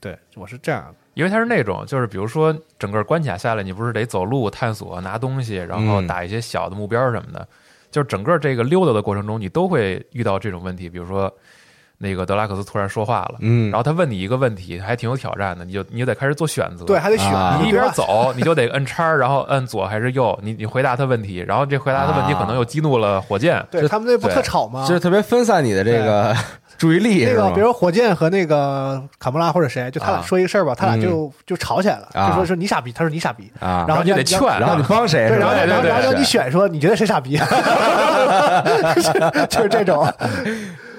S5: 对我是这样，
S4: 因为它是那种，就是比如说整个关卡下来，你不是得走路、探索、拿东西，然后
S3: 嗯
S4: 打一些小的目
S5: 嗯
S4: 标什么的，就是整个这个溜达的过程中，你都会遇到这种问题，比如说那个德拉克斯突然说话了，
S3: 嗯
S4: 然后他问你一个问题，还挺有挑战的，你就你就得开始做选择，
S5: 对，还得选
S3: 啊
S4: 你一
S5: 对吧
S4: 边走，你就得摁叉儿，然后摁左还是右，你你回答他问题，然后这回答他问题可能又激怒了火箭，
S5: 对他们那不特吵吗？
S3: 就是特别分散你的这个 注意力，
S5: 那
S3: 是
S5: 个，
S3: 吗
S5: 比？如火箭和那个卡莫拉或者谁，就他俩
S4: 啊
S5: 说一个事儿吧，他俩就就吵起来了，
S3: 啊
S5: 就说说你傻逼，他说你傻逼，
S3: 啊
S5: 然后
S4: 你就得劝，
S3: 然后你帮谁？
S5: 对，
S3: 是
S5: 然后
S3: 吧
S4: 对
S5: 然后
S4: 对
S5: 然后让你
S3: 是
S5: 选说你觉得谁傻逼，就是就是这种，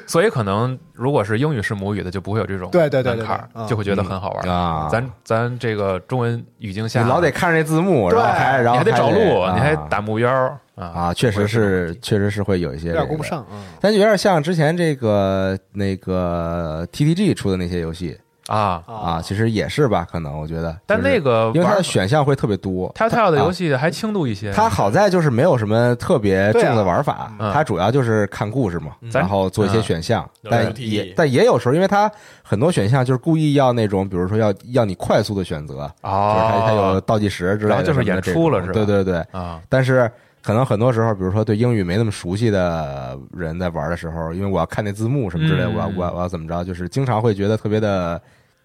S4: 所以可能如果是英语是母语的，就不会有这种
S5: 对对对
S4: 门槛儿
S5: 对对嗯
S4: 就会觉得很好玩儿
S3: 嗯啊
S4: 咱咱这个中文语境
S3: 你
S4: 下，
S3: 老得看着这字幕，
S5: 对
S3: 然后还然后
S4: 你
S5: 哦
S4: 还得找路，
S3: 啊
S4: 你还打目标儿啊
S3: 啊，确实是确实是会有一些
S5: 有
S3: 这
S5: 点
S3: 个
S5: 顾不上。嗯
S3: 但就有点像之前这个那个 T T G 出的那些游戏
S4: 啊！
S3: 啊，，其实也是吧，可能我觉得。
S4: 但
S3: 就是
S4: 那个
S3: 因为它
S4: 玩
S3: 的选项会特别多，
S4: t a t i l 的
S3: 啊
S4: 游戏还轻度一些，
S3: 它好在就是没有什么特别重的玩法，
S4: 对啊嗯
S3: 它主要就是看故事嘛，
S4: 咱
S3: 然后做一些选项，
S6: 嗯有
S3: 但
S6: 提
S3: 也
S6: 议
S3: 但也有时候，因为它很多选项就是故意要那种，比如说要要你快速的选择，就是它它有
S4: 哦
S3: 倒计时之类的什么的这种，
S4: 然后就是演出了是吧
S3: 对对对，
S4: 啊
S3: 但是。可能很多时候，比如说对英语没那么熟悉的人在玩的时候，因为我要看那字幕什么之类的，
S4: 嗯
S3: 我要我要我要怎么着，就是经常会觉得特别的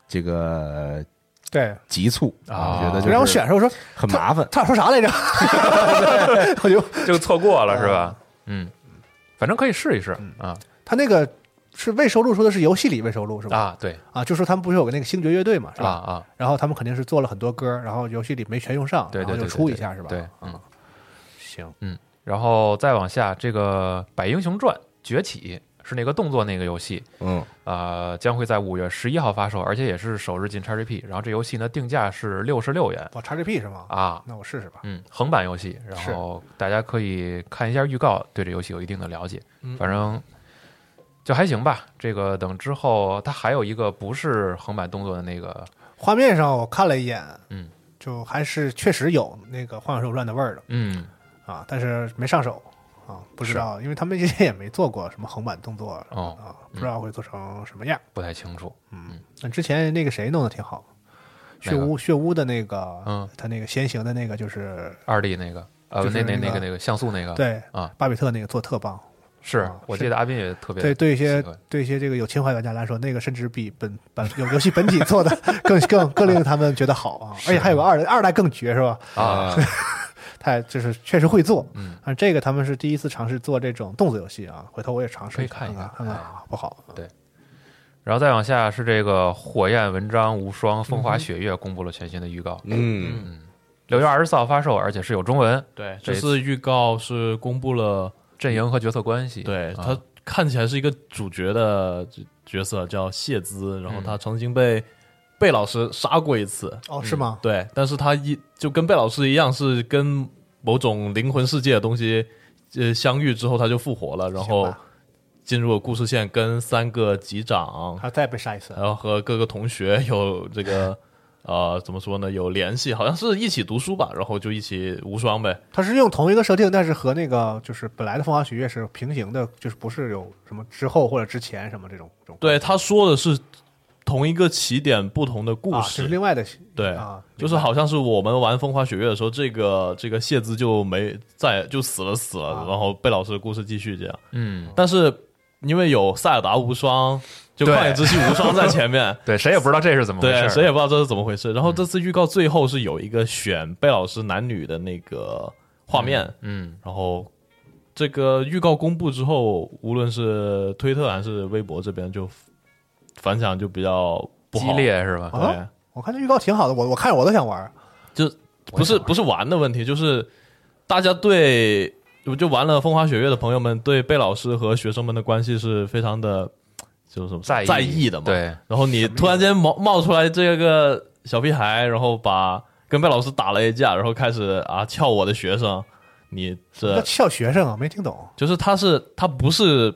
S3: 这个
S5: 对，
S3: 急促
S4: 啊
S3: 觉得就是
S5: 让我选的时候说
S3: 很麻烦。
S5: 他俩说啥来着， 我就
S4: 就错过了是
S5: 啊
S4: 吧？嗯，反正可以试一试
S5: 嗯
S4: 啊
S5: 他那个是未收录，说的是游戏里未收录是吧？
S4: 啊对
S5: 啊，就说他们不是有个那个星爵乐队嘛，是
S4: 啊
S5: 吧？
S4: 啊
S5: 然后他们肯定是做了很多歌，然后游戏里没全用上，
S4: 对
S5: 然
S4: 对
S5: 后
S4: 对
S5: 就
S4: 对
S5: 出一
S4: 对
S5: 下是吧？
S4: 对嗯
S5: 啊，行，
S4: 然后再往下，这个《百英雄传：崛起》是那个动作那个游戏，
S3: 嗯，
S4: 呃，将会在五月十一号发售，而且也是首日进 XGP。然后这游戏呢，定价是六十六元
S5: 我 XGP 是吗？
S4: 啊，
S5: 那我试试吧。
S4: 嗯，横版游戏。然后大家可以看一下预告，对这游戏有一定的了解。反正就还行吧。这个等之后，它还有一个不是横版动作的那个，
S5: 画面上我看了一眼，
S4: 嗯，
S5: 就还是确实有那个《幻想手传》的味儿的
S4: 嗯，
S5: 啊，但是没上手啊，不知道，因为他们这些也没做过什么横版动作
S4: 哦
S5: 啊，不知道会做成什么样。
S4: 不太清楚。
S5: 那之前那个谁弄的挺好，
S4: 哪
S5: 血
S4: 个
S5: 污血污的那个，
S4: 嗯，
S5: 他那个先行的那个就是
S4: 二 D 那个，呃，
S5: 就
S4: 那
S5: 是
S4: 那
S5: 那
S4: 那
S5: 个
S4: 个那个像素那个，，
S5: 对
S4: 啊，
S5: 巴比特那个做特棒，
S4: 是
S5: 啊
S4: 我
S5: 是
S4: 记得阿斌也特别
S5: 对对一些
S4: 喜欢
S5: 对一些这个有情怀玩家来说，那个甚至比本 本游游戏本体做的 更更更令他们觉得好啊，而且还有个二代二代更绝是吧？
S4: 啊，
S5: 太就是确实会做，
S4: 嗯，
S5: 但这个他们是第一次尝试做这种动作游戏啊，回头我也尝试
S4: 可以看
S5: 看
S4: 一看
S5: 看看啊
S4: 哎
S5: 好不好？
S4: 然后再往下是这个《火焰文章无双风花雪月》公布了全新的预告，
S3: 嗯，
S4: 六月二十四号发售，而且是有中文
S6: 对，这次预告是公布了，
S4: 阵营和角色关系。
S6: 对
S4: 啊
S6: 他看起来是一个主角的角色叫谢兹，然后
S4: 嗯
S6: 他曾经被贝老师杀过一次，
S5: 哦，是吗？
S6: 对，但是他一就跟贝老师一样，是跟某种灵魂世界的东西呃相遇之后，他就复活了，然
S5: 行
S6: 后
S5: 吧
S6: 进入了故事线，跟三个级长，
S5: 他再被杀一次
S6: 然后和各个同学 有这个呃怎么说呢，有联系，好像是一起读书吧，然后就一起无双呗。
S5: 他是用同一个设定，但是和那个就是本来的《风花雪月》是平行的，就是不是有什么之后或者之前什么这种这种
S6: 对，他说的是同一个起点，不同的故
S5: 啊，这
S6: 事，
S5: 是另外的
S6: 对
S5: 啊，
S6: 就是好像是我们玩《风花雪月》的时候，这个这个谢兹就没在，就死了死了，
S5: 啊
S6: 然后贝老师的故事继续这样。
S4: 嗯，，
S6: 但是因为有塞尔达无双，就旷野之息无双在 前面
S4: 对，谁也不知道这是怎么回
S6: 对，
S4: 事
S6: 谁
S4: 儿。
S6: 也不知道这是怎么回事。然后这次预告最后是有一个选贝老师男女的那个画面，
S4: 嗯，
S6: 然后这个预告公布之后，无论是推特还是微博这边就反响就比较不
S4: 激
S6: 好，
S4: 烈是吧？
S6: 对。
S5: 啊我看这预告挺好的，我我看着我都想玩。
S6: 就不是不是玩的问题，就是大家对就玩了《风花雪月》的朋友们，对贝老师和学生们的关系是非常的，就是什么
S4: 在意
S6: 在意的嘛。。
S4: 对，
S6: 然后你突然间冒冒出来这个小屁孩，然后把跟贝老师打了一架，然后开始啊撬我的学生，你
S5: 那
S6: 这
S5: 小学生啊，没听懂
S6: 就是他是他不是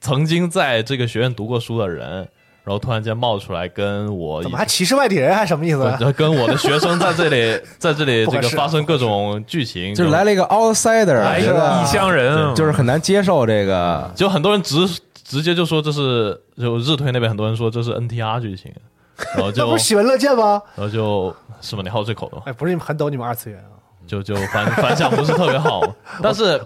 S6: 曾经在这个学院读过书的人，然后突然间冒出来跟我
S5: 怎么还歧视外地人，还啊什么意思？
S6: 对跟我的学生在 这里，在这里
S5: 不
S6: 这
S5: 合
S6: 个
S5: 适啊
S6: 发生各种剧情，
S3: 就是来了一个 outsider，
S5: 哎
S4: 来一
S3: 觉
S4: 个异
S3: 得
S4: 乡人，
S3: 就是很难接受这个。
S6: 就很多人直直接就说这是就日推那边很多人说这是 NTR 剧情，然后
S5: 那
S6: 就
S5: 不是喜闻乐见吗？
S6: 然后就是吗？你好这口的吗，
S5: 哎，不是你们很懂你们二次元啊，
S6: 就就反反响不是特别好，但是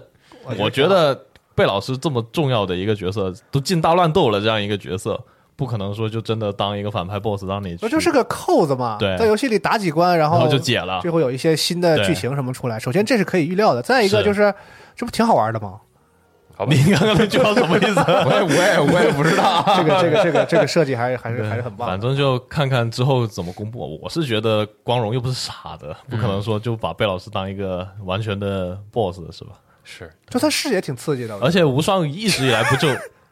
S6: 我觉得贝老师这么重要的一个角色，都进大乱斗了这样一个角色，不可能说就真的当一个反派 BOSS 让你
S5: 那
S6: 去
S5: 就是个扣子嘛，
S6: 对
S5: 在游戏里打几关，然
S6: 然
S5: 后
S6: 后就解了
S5: 就会有一些新的剧情什么出来。首先这是可以预料的，再一个
S6: 是
S5: 就是这不挺好玩的 吗？
S4: 好吧，
S6: 你刚刚那句话什么意思？
S3: 我也我也我也不知道，
S5: 这个这个这个这个设计还是还是还是很棒
S6: 反
S5: 的。
S6: 正就看看之后怎么公布。我是觉得光荣又不是傻子，不可
S3: 嗯
S6: 能说就把贝老师当一个完全的 boss 是吧？
S4: 是
S5: 就他视野挺刺激的，
S6: 而且无双一直以来不就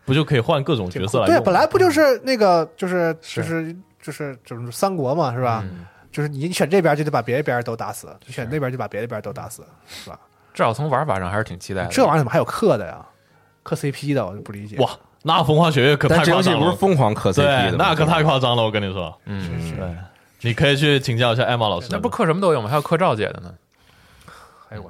S6: 不就可以换各种角色来嗯用
S5: 对，
S6: 吗
S5: 本来不就是那个就是就是就是就是三国嘛，是吧？
S6: 嗯
S5: 就是你选这边就得把别的边都打死，你选那边就把别的边都打死，是吧？
S4: 至少从玩法上还是挺期待的。
S5: 这玩意儿怎么还有氪的呀？氪 CP 的我就不理解。
S6: 哇，那风花雪月可
S3: 但
S6: 太
S3: 这游
S6: 夸
S3: 戏
S6: 张
S3: 不是
S6: 了，
S3: 疯狂磕 CP
S6: 对
S3: 的，吗，
S6: 那可太夸张了，我跟你说，
S4: 嗯，
S6: 对，你可以去请教一下艾玛老师，
S4: 那不是氪什么都有吗？还有氪赵姐的呢。哎呦我，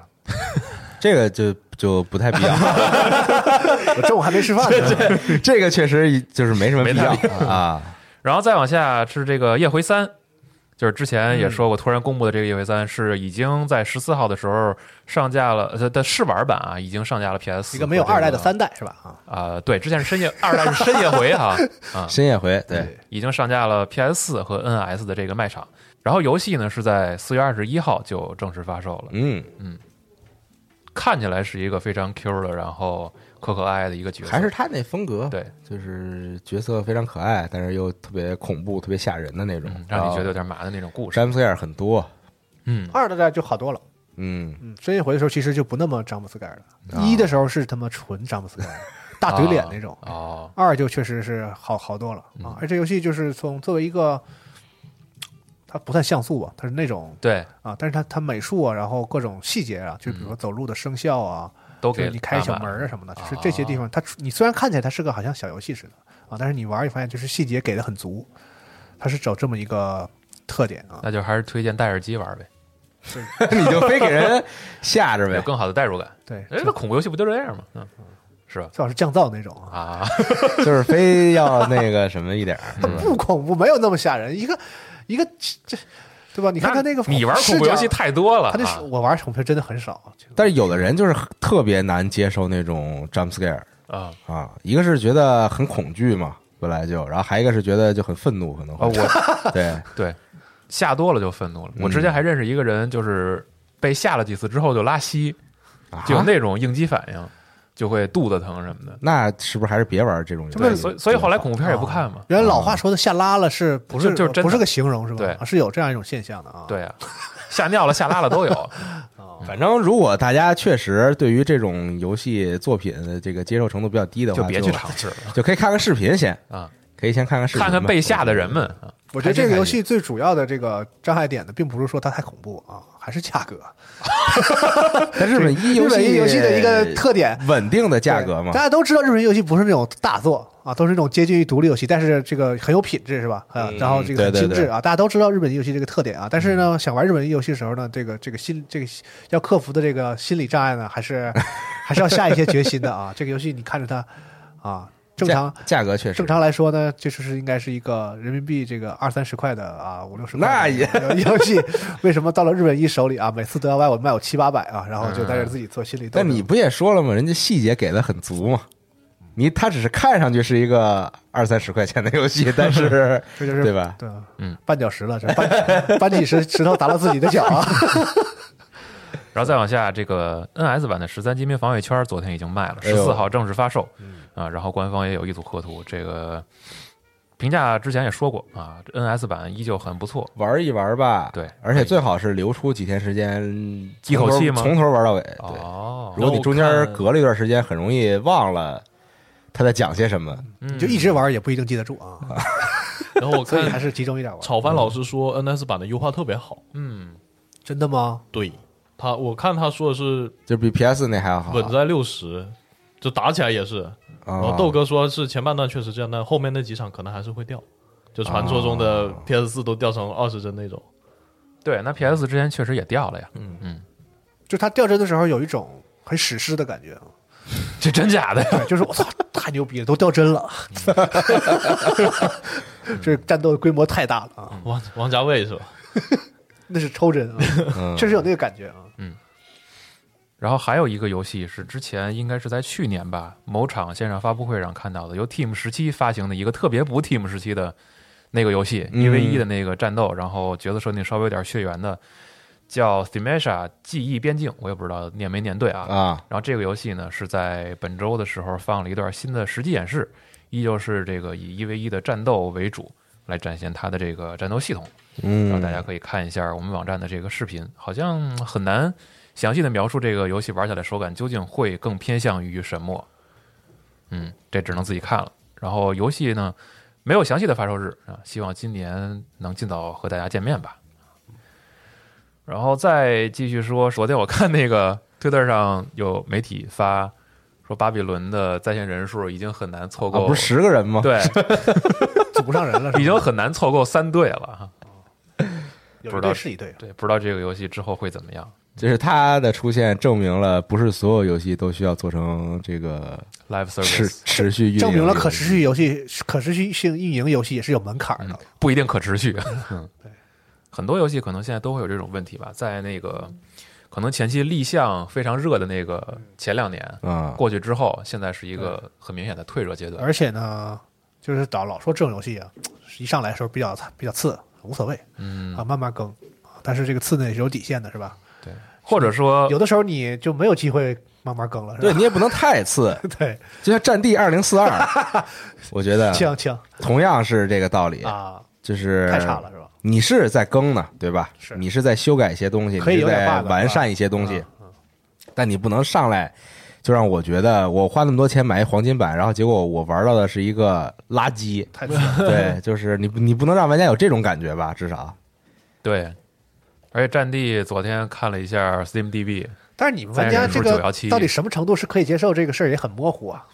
S3: 这个就就不太必要。
S5: 我中午还没吃饭呢。
S3: 这个确实就是没什么必要啊。
S4: 然后再往下是这个夜回三，就是之前也说过，突然公布的这个夜回三是已经在十四号的时候上架了，呃的试玩版啊，已经上架了 PS。
S5: 一个没有二代的三代是吧？啊，
S4: 啊，对，之前是深夜二代是深夜回 哈，啊
S3: 深夜回，对，
S4: 已经上架了 PS 四和 NS 的这个卖场。然后游戏呢是在四月二十一号就正式发售了，
S3: 嗯，
S4: 看起来是一个非常 Q 的，然后可可爱爱的一个角色，
S3: 还是他那风格，
S4: 对，
S3: 就是角色非常可爱，但是又特别恐怖、特别吓人的那种，
S4: 嗯让你
S5: 哦
S4: 觉得有点麻的那种故事。
S3: 詹姆斯盖尔很多，
S4: 嗯，
S5: 二代就好多了。
S3: 嗯，
S5: 嗯，深夜回的时候其实就不那么詹姆斯盖尔了，一的时候是他妈纯詹姆斯盖尔，大怼脸那种。
S4: 哦，
S5: 二就确实是好好多了啊！而这游戏就是从作为一个，它不算像素吧，它是那种
S4: 对，
S5: 啊，但是它它美术啊，然后各种细节啊，就比如说走路的声效啊，
S4: 都
S5: 就
S4: 给
S5: 是你开小
S4: 打
S5: 门
S4: 满了
S5: 啊什么的，就是这些地方，它你虽然看起来它是个好像小游戏似的啊，但是你玩儿也发现就是细节给的很足，它是走这么一个特点啊。
S4: 那就还是推荐戴耳机玩呗，
S3: 你就非给人吓着
S4: 有
S3: 呗。
S4: 更好的代入感。
S5: 对，
S4: 哎，那恐怖游戏不就这样吗？嗯，是吧？
S5: 最好是降噪那种啊。
S4: 啊，
S3: 就是非要那个什么一点儿，
S4: 嗯
S5: 它不恐怖，没有那么吓人。一个一个这，对吧？你看他那个，
S4: 你玩恐怖游戏，太多了
S5: 他那
S4: 啊
S5: 是！我玩恐怖片真的很少。
S3: 但是有的人就是特别难接受那种 jump scare
S5: 哦
S4: 啊
S3: 啊，一个是觉得很恐惧嘛，本来就，然后还一个是觉得就很愤怒，可能
S4: 啊，
S3: 会，
S4: 我
S3: 对，
S4: 对吓多了就愤怒了。我
S5: 嗯
S4: 之前还认识一个人，就是被吓了几次之后就拉稀，就有
S3: 啊
S4: 那种应激反应，就会肚子疼什么的。
S3: 那是不是还是别玩这种游戏？
S4: 对，所以所以后来恐怖片也不看嘛。
S5: 原来老话说的吓拉了是不是
S4: 就啊就是真的
S5: 不是个形容是吧？
S4: 对
S5: 啊是有这样一种现象的啊。
S4: 对啊，吓尿了、吓拉了都有。
S3: 反正如果大家确实对于这种游戏作品的这个接受程度比较低的话，
S4: 就别
S3: 就
S4: 去尝试了
S3: 就可以看看视频先
S4: 啊，
S3: 可以先看看视频吧，
S4: 看看被吓的人们啊。
S5: 我觉得这个游戏最主要的这个障碍点呢，并不是说它太恐怖啊，还是价格。
S3: 但日本一
S5: 日
S3: 游
S5: 本
S3: 戏
S5: 一游戏的一个特点，
S3: 稳定的价格嘛
S5: 对大，家都知道日本游戏不是那种大作啊，都是那种接近于独立游戏，但是这个很有品质是吧？啊，然后这个
S3: 嗯对
S5: 很
S3: 对
S5: 精
S3: 对嗯
S5: 致啊，大家都知道日本游戏这个特点啊，但是呢，想玩日本游戏的时候呢，这个这个心这个要克服的这个心理障碍呢，还是还是要下一些决心的啊。这个游戏你看着它啊， 正常
S3: 价。价格确实
S5: 正常来说呢，这就是应该是一个人民币这个二三十块的啊，五六十块
S3: 那
S5: 的
S3: 也
S5: 游 戏，为什么到了日本一手里啊，每次都要卖我卖我七八百啊，然后就在这自己做心理斗
S3: 嗯但
S5: 争。
S3: 你不也说了吗？人家细节给的很足嘛。你他只是看上去是一个二三十块钱的游戏，但是
S5: 这就是
S3: 对吧？
S5: 对，嗯，绊脚石了，这绊搬起石石头砸到自己的脚啊！
S4: 然后再往下，这个 NS 版的十三金兵防卫圈昨天已经卖了，
S3: 哎
S4: 十
S3: 呦
S4: 四号正式发售啊。然后官方也有一组合图，这个评价之前也说过啊这，NS 版依旧很不错。
S3: 玩一玩吧，
S4: 对嗯
S3: 而且最好是留出几天时间，
S4: 一口气
S3: 从头
S4: 吗
S3: 从头玩到尾，对，
S4: 哦，
S3: 如果你中间隔了一段时间，很容易忘了他在讲些什么。
S5: 你 就一直玩也不一定记得住啊，
S3: 嗯
S6: 然后我
S5: 所以还
S6: 看
S5: 是集中一点玩。
S6: 炒饭老师说 NS 版的优化特别好，
S4: 嗯，
S5: 真的吗？
S6: 对他我看他说的是
S3: 就比 PS 那还要好。
S6: 稳在六十，就打起来也是。然
S3: 啊
S4: 哦
S6: 后，豆哥说是前半段确实这样，但后面那几场可能还是会掉，就传说中的 PS 四都掉成二十帧那种。
S4: 对，那嗯 PS 之前确实也掉了呀，
S5: 就他掉帧的时候有一种很史诗的感觉啊，
S4: 这真假的呀？
S5: 对就是我操，太牛逼了，都掉帧了，
S3: 嗯
S5: 这战斗的规模太大了
S3: 嗯
S5: 啊，
S6: 王王家卫是吧？
S3: 嗯
S5: 那是抽帧啊，确实有那个感觉啊。
S4: 然后还有一个游戏是之前应该是在去年吧，某场线上发布会上看到的，由 Team 十七发行的一个特别不 Team 十七的那个游戏，一 v 一的那个战斗，然后角色设定稍微有点血缘的，叫 Themesha 记忆边境，我也不知道念没念对啊。
S3: 啊，
S4: 然后这个游戏呢是在本周的时候放了一段新的实际演示，依旧是这个以一 v 一的战斗为主来展现它的这个战斗系统。
S3: 嗯，
S4: 然后大家可以看一下我们网站的这个视频，好像很难详细的描述这个游戏玩起来手感究竟会更偏向于什么。嗯，这只能自己看了。然后游戏呢，没有详细的发售日啊，希望今年能尽早和大家见面吧。然后再继续说，昨天我看那个推特上有媒体发说，巴比伦的在线人数已经很难凑
S3: 啊
S4: 够，
S3: 不是十个人吗？，
S4: 对，
S5: 组不上人了，是吧
S4: 已经很难凑够三队了啊。
S5: 有
S4: 不知道
S5: 一队是一队啊，
S4: 对，不知道这个游戏之后会怎么样。
S3: 就是它的出现证明了，不是所有游戏都需要做成这个
S4: Live
S3: 持
S4: service
S3: 持续运营，
S5: 证明了可持续游戏、可持续性运营游戏也是有门槛的。
S4: 嗯不一定可持续。嗯， 很多游戏可能现在都会有这种问题吧，在那个可能前期立项非常热的那个前两年
S3: 啊，
S4: 过去之后，现在是一个很明显的退热阶段。
S5: 而且呢，就是导老说这种游戏啊，一上来的时候比较比较次，无所谓
S4: 嗯，
S5: 啊，慢慢更。但是这个次呢也是有底线的，是吧？
S4: 对，或者说
S5: 有的时候你就没有机会慢慢更了，是
S3: 对
S5: 吧？
S3: 你也不能太次，
S5: 对，
S3: 就像《战地二零四二》， 我觉得
S5: 轻轻
S3: 同样是这个道理，
S5: 啊，
S3: 就是
S5: 太差了，是吧？
S3: 你是在更呢，对吧？
S5: 是
S3: 你是在修改一些东西，
S5: 可以
S3: 你是
S5: 有点
S3: 在
S5: bug，
S3: 完善一些东西
S5: 啊，。
S3: 但你不能上来就让我觉得我花那么多钱买一黄金版，然后结果我玩到的是一个垃圾
S5: 太次了，
S3: 对，就是你不你不能让玩家有这种感觉吧？至少
S4: 对。而且《战地》昨天看了一下 SteamDB，
S5: 但是你们玩家这个
S4: 917
S5: 到底什么程度是可以接受这个事儿也很模糊啊。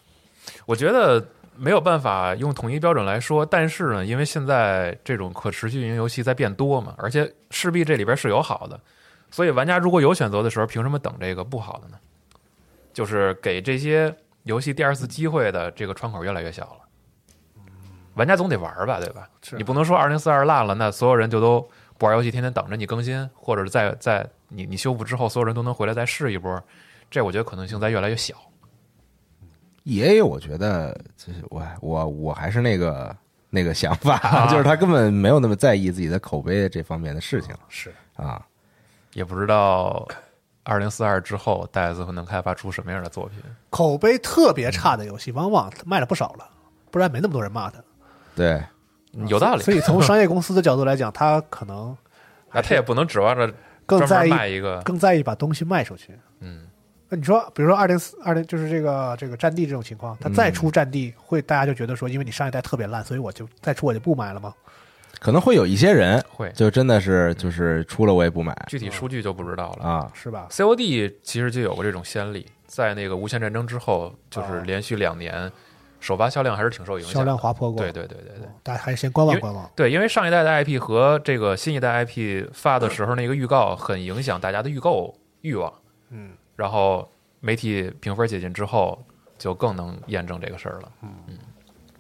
S4: 我觉得没有办法用统一标准来说，但是呢，因为现在这种可持续运营游戏在变多嘛，而且势必这里边是有好的，所以玩家如果有选择的时候，凭什么等这个不好的呢？就是给这些游戏第二次机会的这个窗口越来越小了。玩家总得玩吧，对吧？
S5: 是
S4: 你不能说二零四二烂了，那所有人就都不玩游戏，天天等着你更新，或者是在在你你修复之后，所有人都能回来再试一波，这我觉得可能性在越来越小。
S3: 也有，我觉得就是我我我还是那个那个想法，
S5: 啊
S3: 就是他根本没有那么在意自己的口碑这方面的事情
S5: 是，
S3: 啊。
S4: 也不知道二零四二之后戴斯能开发出什么样的作品。
S5: 口碑特别差的游戏，往往卖了不少了，不然没那么多人骂他。
S3: 对，
S4: 有道理，
S5: 啊所以从商业公司的角度来讲，他可能
S4: 那他也不能指望着
S5: 更
S4: 专
S5: 在
S4: 门
S5: 意
S4: 卖一个，
S5: 更在意把东西卖出去。
S4: 嗯，
S5: 那你说，比如说二零四二零，就是这个这个战地这种情况，
S4: 嗯
S5: 他再出战地，会大家就觉得说，因为你上一代特别烂，所以我就再出我就不买了吗？
S3: 可能会有一些人
S4: 会
S3: 就真的是就是出了我也不买
S4: 具体数据就不知道了。
S3: 啊。
S5: 是吧？
S4: COD 其实就有过这种先例，在那个无限战争之后，就是连续两年首发销量还是挺受影响的，
S5: 啊销量滑坡过，
S4: 对对对对对。
S5: 大家还是先观望观望。
S4: 对，因为上一代的 IP 和这个新一代 IP 发的时候那个预告很影响大家的预购欲望，
S5: 嗯，
S4: 然后媒体评分解禁之后，就更能验证这个事儿了。
S5: 嗯
S4: 嗯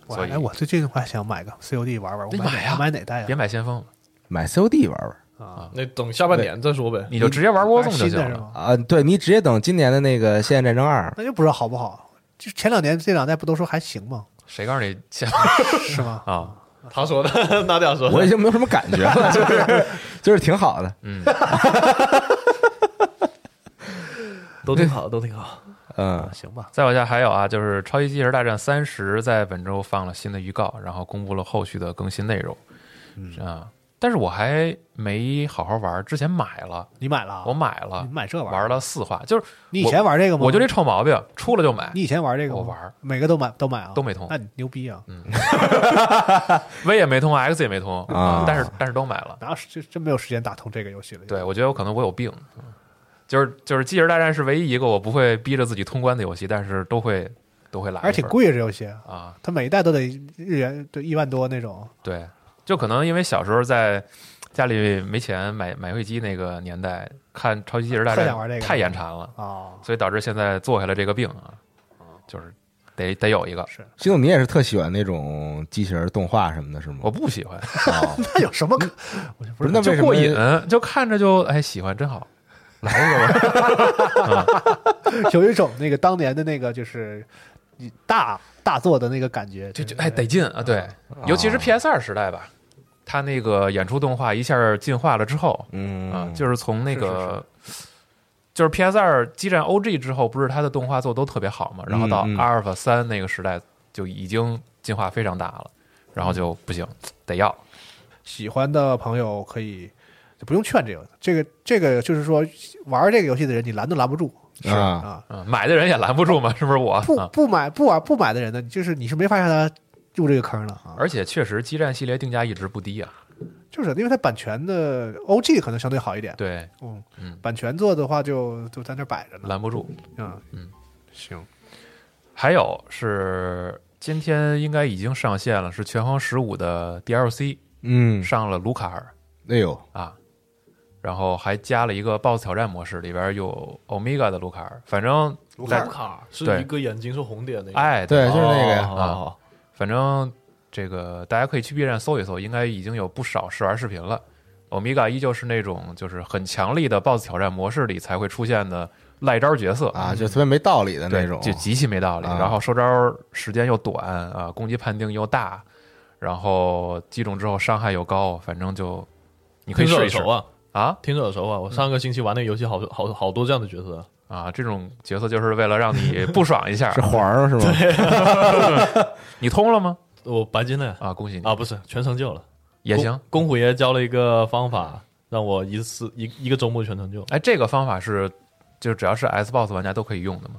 S5: 我
S4: 所以
S5: 还哎，我最近我还想买个 COD 玩玩，我
S4: 你
S5: 买
S4: 买
S5: 哪
S4: 呀
S5: 我买哪代
S4: 别
S5: 啊？
S4: 买先锋了，
S3: 买 COD 玩玩
S6: 啊那等下半年再说呗。
S4: 你就直接玩 Warzone 就
S5: 新
S4: 行
S5: 的是
S4: 了。
S5: 吗？
S3: 啊，对你直接等今年的那个《现代战争二》
S5: 那就不知道好不好。就前两年这两代不都说还行 吗？
S4: 谁告诉 你先
S5: 是吗？
S4: 啊？
S6: 他说的，拿掉说的。
S3: 我已经没有什么感觉了，就是 就是挺好的。
S4: 嗯，
S6: 都挺好，都挺好。
S3: 嗯，
S5: 行吧，
S4: 再往下还有啊，就是《超级机器人大战三十》在本周放了新的预告，然后公布了后续的更新内容。
S5: 嗯
S4: 啊，但是我还没好好玩，之前买了，
S5: 你买了啊？
S4: 我买了
S5: 你，买这玩意儿
S4: 玩了四话，就是
S5: 你以前玩这个吗？
S4: 我就这臭毛病，出了就买
S5: 你以前玩这个吗？
S4: 我玩，
S5: 每个都买都买啊，
S4: 都没通
S5: 那你牛逼啊！
S4: ，V 也没通，X 也没通
S3: 啊
S4: 但是但是都买了。
S5: 哪有时真真没有时间打通这个游戏了？
S4: 对，我觉得我可能我有病，嗯就是就是《机器人大战》是唯一一个我不会逼着自己通关的游戏，但是都会都会来，
S5: 而且挺贵啊，这游戏，
S4: 啊。
S5: 它每一代都得日元对一万多那种。
S4: 对，就可能因为小时候在家里没钱买买游戏机那个年代，看《超级机器人大
S5: 特
S4: 战
S5: 想啊玩这》个
S4: 太眼馋了，
S5: 啊，
S4: 所以导致现在坐下来这个病啊，就是得得有一个。
S3: 徐总，你也是特喜欢那种机器人动画什么的，是吗？
S4: 我不喜欢，
S3: 哦
S5: 那有什么可？我就
S3: 不
S5: 不
S3: 是
S5: 是
S3: 那为
S4: 嗯就
S3: 什
S4: 过
S3: 么
S4: 瘾，就看着就哎喜欢，真好。
S3: 来一个吧。
S5: 有一种那个当年的那个就是你大大作的那个感觉，
S4: 就就
S5: 对
S4: 哎得劲啊，对，尤其是 PS 二时代吧，它那个演出动画一下进化了之后，
S3: 嗯
S4: 啊，就是从那个就是 PS 二激战 OG 之后，不是它的动画做都特别好嘛，然后到
S3: 嗯嗯
S4: 阿尔法三那个时代就已经进化非常大了，然后就不行，得要，
S5: 喜欢的朋友可以就不用劝这个，这个这个就是说玩这个游戏的人你拦都拦不住
S3: 啊，
S5: 啊，
S4: 嗯，买的人也拦不住嘛，是不是我？
S5: 不
S4: 啊
S5: 不买不玩不买的人呢，就是你是没法让他入这个坑了啊，
S4: 而且确实，激战系列定价一直不低啊。
S5: 就是因为它版权的 OG 可能相对好一点，
S4: 对，
S5: 嗯
S4: 嗯，
S5: 版权做的话就就在那儿摆着呢，
S4: 拦不住。
S5: 嗯
S4: 嗯，
S5: 行，
S4: 还有是今天应该已经上线了，是《拳皇十五》的 DLC
S3: 嗯，
S4: 上了卢卡尔
S3: 哎呦，
S4: 啊，然后还加了一个 BOSS 挑战模式，里边有 Omega 的卢卡尔。反正
S6: 卢
S4: 在
S6: 卡是
S4: 对
S6: 一个眼睛是红点那个，
S4: 哎，
S3: 对，就是那个呀，
S6: 哦好好好
S4: 反正这个大家可以去 B 站搜一搜，应该已经有不少试玩视频了。Omega 依旧是那种就是很强力的 BOSS 挑战模式里才会出现的赖招角色
S3: 啊，就特别没道理的
S4: 对，
S3: 那种，
S4: 就极其没道理。
S3: 啊
S4: 然后收招时间又短啊，攻击判定又大，然后击中之后伤害又高，反正就你可以
S6: 听
S4: 试
S6: 着耳
S4: 一试
S6: 熟啊，
S4: 啊
S6: 听着耳熟啊！我上个星期玩那个游戏好，好好多这样的角色，
S4: 啊！这种角色就是为了让你不爽一下
S3: 是，环儿是吗？
S4: 你通了吗？
S6: 我白金了呀
S4: 啊，恭喜你，
S6: 啊，不是全成就了，
S4: 也行。
S6: 公。公虎爷教了一个方法，让我一次一一个周末全成就，
S4: 哎，这个方法是就只要是 Xbox 玩家都可以用的嘛？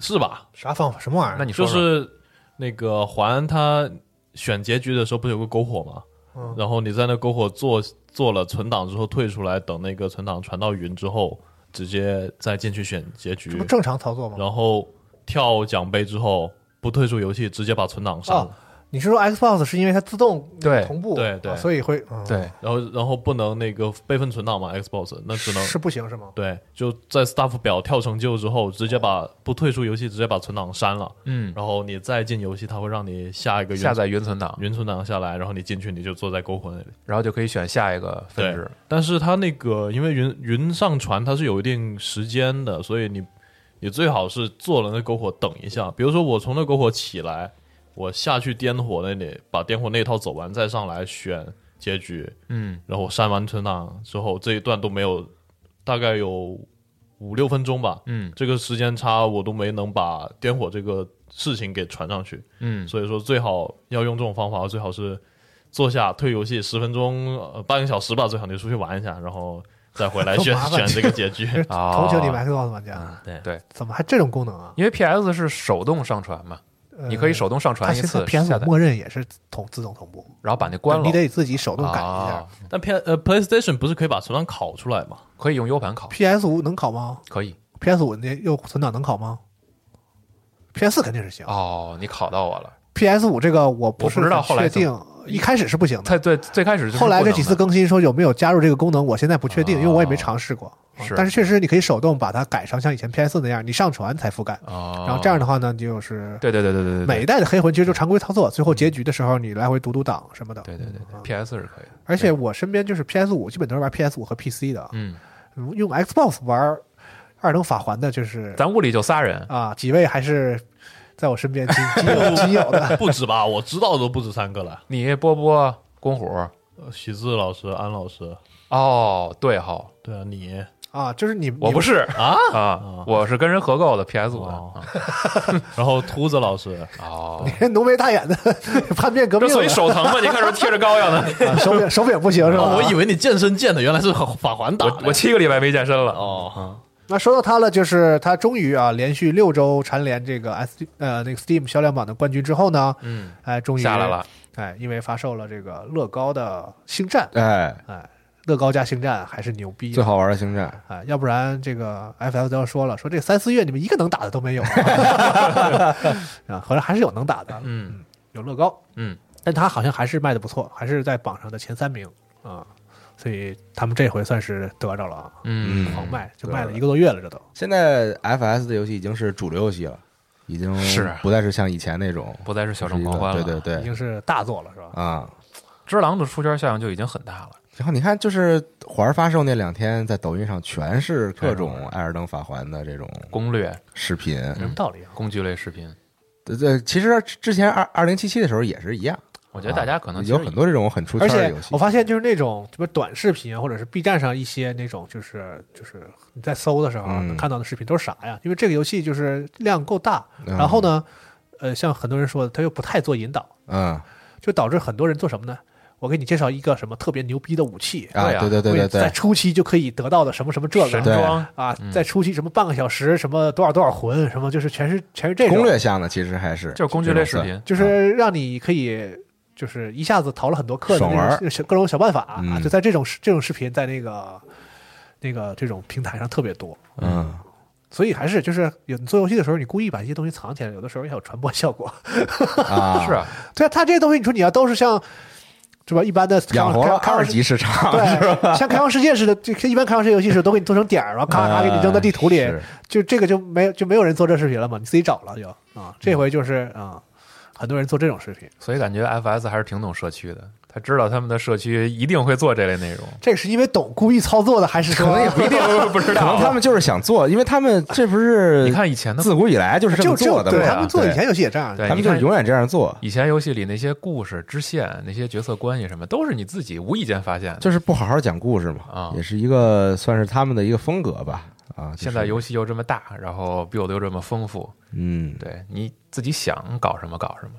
S6: 是吧？
S5: 啥方法什么玩意
S4: 那
S5: 儿？
S4: 你说
S6: 就
S4: 说
S6: 是那个还他选结局的时候，不是有个篝火吗？
S5: 嗯
S6: 然后你在那篝火做做了存档之后退出来，等那个存档传到云之后，直接再进去选结
S5: 这
S6: 局
S5: 不，正常操作吗？
S6: 然后跳奖杯之后不退出游戏，直接把存档删了。
S5: 哦，你是说 Xbox 是因为它自动
S4: 对
S5: 同步
S6: 对对
S5: 啊所以会嗯
S4: 对，
S6: 然后然后不能那个备份存档嘛，Xbox 那只能
S5: 是不行是吗？
S6: 对，就在 staff 表跳成就之后，直接把不退出游戏，直接把存档删了，
S4: 嗯，
S6: 然后你再进游戏，它会让你下一个云
S4: 下载云存档，
S6: 云存档下来，然后你进去你就坐在篝火那里。
S4: 然后就可以选下一个分支。
S6: 但是它那个因为云云上传它是有一定时间的，所以你你最好是坐了那篝火等一下。比如说我从那篝火起来，我下去颠火那里把颠火那一套走完，再上来选结局，
S4: 嗯，
S6: 然后我删完存档之后，这一段都没有，大概有五六分钟吧。
S4: 嗯
S6: 这个时间差我都没能把点火这个事情给传上去，
S4: 嗯，
S6: 所以说最好要用这种方法，最好是坐下退游戏十分钟、呃、半个小时吧，最好你出去玩一下，然后再 回来选
S5: 麻
S6: 选
S5: 烦
S6: 这个 结局。
S4: 啊嗯
S5: 同情你们 Xbox 玩家，
S6: 对
S4: 对
S5: 怎么还这种功能啊？
S4: 因为 PS 是手动上传嘛，
S5: 呃
S4: 你可以手动上传
S5: 它
S4: 一
S5: 现在
S4: 次
S5: PS
S4: 下
S5: 五
S4: 载，
S5: 默认也是同自动同步，
S4: 然后把那关了。
S5: 你得自己手动改一下
S4: 啊。，
S6: 但 P 呃 PlayStation 不是可以把存档拷出来吗？
S4: 可以用 U 盘拷，
S5: PS 五能考吗
S4: 可以。
S5: ？PS 五那又存档能考吗？PS 四肯定是行。
S4: 哦，你考到我了。
S5: PS 五这个我不是
S4: 我不知道
S5: 很
S4: 后来
S5: 确
S4: 怎
S5: 定，一开始是不行的
S4: 它，对最开始就是
S5: 后来
S4: 不
S5: 这
S4: 能
S5: 几
S4: 的
S5: 次更新说有没有加入这个功能，我现在不确定，
S4: 哦
S5: 因为我也没尝试过。啊
S4: 是
S5: 但是确实你可以手动把它改成像以前 PS 那样，你上传才覆盖。
S4: 哦，
S5: 然后这样的话呢，就是
S4: 对，对对对对对对，
S5: 每一代的黑魂其实就常规操作，最后结局的时候你来回读读档什么的。嗯
S4: 对对对对，PS 是可以的。
S5: 而且我身边就是 PS 五，基本都是玩 PS 五和 PC 的，
S4: 嗯，
S5: 用 Xbox 玩《二等法环》的， 就是
S4: 咱屋里就仨人，
S5: 啊，几位还是在我身边仅仅 有仅有的。
S6: 不止吧，我知道都不止三个了。
S4: 你波波、公
S5: 嗯
S4: 虎。
S6: 呃徐志老师、安老师，
S4: 哦，对哈，
S6: 对啊，你
S5: 啊，就是你，
S4: 我不
S5: 是
S4: 是啊啊，我是跟人合购的 PS 五的。
S6: 哦
S4: 啊
S6: 然后秃子老师，
S4: 哦，
S5: 浓眉大眼的 叛变革
S4: 这
S5: 命
S4: 所以
S5: 了
S4: 手疼嘛？你看这贴着膏药呢。
S5: 啊手柄手柄不行是吧？
S6: 哦，我以为你健身健的，原来是法环打的
S4: 我我 七个礼拜没健身了。
S6: 哦，
S5: 那说到他了，就是他终于啊，连续六周蝉联这个 S 呃那个 Steam 销量榜的冠军之后呢，
S4: 嗯，
S5: 哎，终于
S4: 下来了。
S5: 哎，因为发售了这个乐高的星战，
S3: 哎，
S5: 哎，乐高加星战还是牛逼
S3: 最
S5: 的。
S3: 好玩的星战，
S5: 哎，要不然这个 FF 都要说了，说这三四月你们一个能打的 都没有啊，合着还是有能打的，
S4: 嗯
S5: 有乐高，
S4: 嗯，
S5: 但他好像还是卖的不错，还是在榜上的前三名啊，所以他们这回算是得着了啊，
S4: 嗯
S5: 狂卖就
S3: 对
S5: 卖了
S3: 对
S5: 一个多月了，这都。
S3: 现在 FS 的游戏已经是主流游戏了，已经
S4: 是
S3: 不再是像以前那种
S4: 不再是小
S3: 是
S4: 众
S3: 一个
S4: 狂欢了。
S3: 对对
S5: 已
S3: 对，
S5: 经是大作了，是吧？
S3: 啊，
S4: 只狼的出圈效应就已经很大了。
S3: 然后你看，就是火儿发售那两天，在抖音上全是各
S4: 哎
S3: 种艾尔登法环的这种
S4: 攻略、
S3: 视频。
S5: 什
S4: 嗯
S5: 么道理啊？
S4: 工具类视频，
S3: 对对，其实之前二二零七七的时候也是一样，
S4: 我觉得大家可能
S3: 啊
S4: 其实
S3: 有很多这种很出
S5: 而
S3: 圈的
S5: 且哦
S3: 游戏
S5: 我。发现就是那种什么短视频啊或者是 B 站上一些那种就是就是你在搜的时候啊
S3: 嗯
S5: 能看到的视频都是啥呀？因为这个游戏就是量够大，
S3: 嗯
S5: 然后呢，呃，像很多人说的，他又不太做引导，
S3: 嗯
S5: 就导致很多人做什么呢？我给你介绍一个什么特别牛逼的武器，
S3: 啊，对对对对
S5: 在
S3: 对，
S5: 初期就可以得到的什么什么这个
S4: 神
S3: 对
S4: 装，
S5: 啊
S4: 嗯，
S5: 在初期什么半个小时，什么多少多少魂，什么就是全是全是这种
S3: 攻略，向的其实还是
S4: 就是工具类视频，
S5: 就是让你可以就是一下子逃了很多课的
S3: 啊爽玩
S5: 那种小各种小办法啊，
S3: 嗯
S5: 就在这种这种视频在那个那个这种平台上特别多，
S3: 嗯，
S5: 所以还是就是有你做游戏的时候，你故意把这些东西藏起来，有的时候也有传播效果。
S3: 啊，
S4: 是啊，
S5: 对啊，它这些东西你说你要都是像 是吧一般的开
S3: 养活了
S5: 开
S3: 二级市场，
S5: 对，像开放世界似的，这一般开放世界游戏是都给你做成点儿，然后咔咔给你扔到地图里
S3: 哎是，
S5: 就这个就没有就没有人做这视频了嘛，你自己找了就啊，
S3: 嗯
S5: 这回就是啊，很多人做这种视频，
S4: 所以感觉 FS 还是挺懂社区的，他知道他们的社区一定会做这类内容，
S5: 这是因为懂故意操作的，还是说
S3: 可能也不一 定，
S4: 不知
S3: 可能
S4: 道
S3: 他们就是想做，因为他们这不是
S4: 你看以前的
S3: 呃自古以来就是这么
S5: 就
S3: 做
S5: 就
S3: 的
S5: 对
S3: 嘛，
S5: 他们做以前
S3: 对
S5: 游戏也这样，
S4: 对
S3: 他们就是永远这样做，
S4: 以前游戏里那些故事、支线、那些角色关系什么，都是你自己无意间发现的。
S3: 就是不好好讲故事嘛
S4: 啊，
S3: 也是一个算是他们的一个风格吧，啊，就是
S4: 现在游戏又这么大，然后 build 又这么丰富，
S3: 嗯
S4: 对你自己想搞什么搞什么。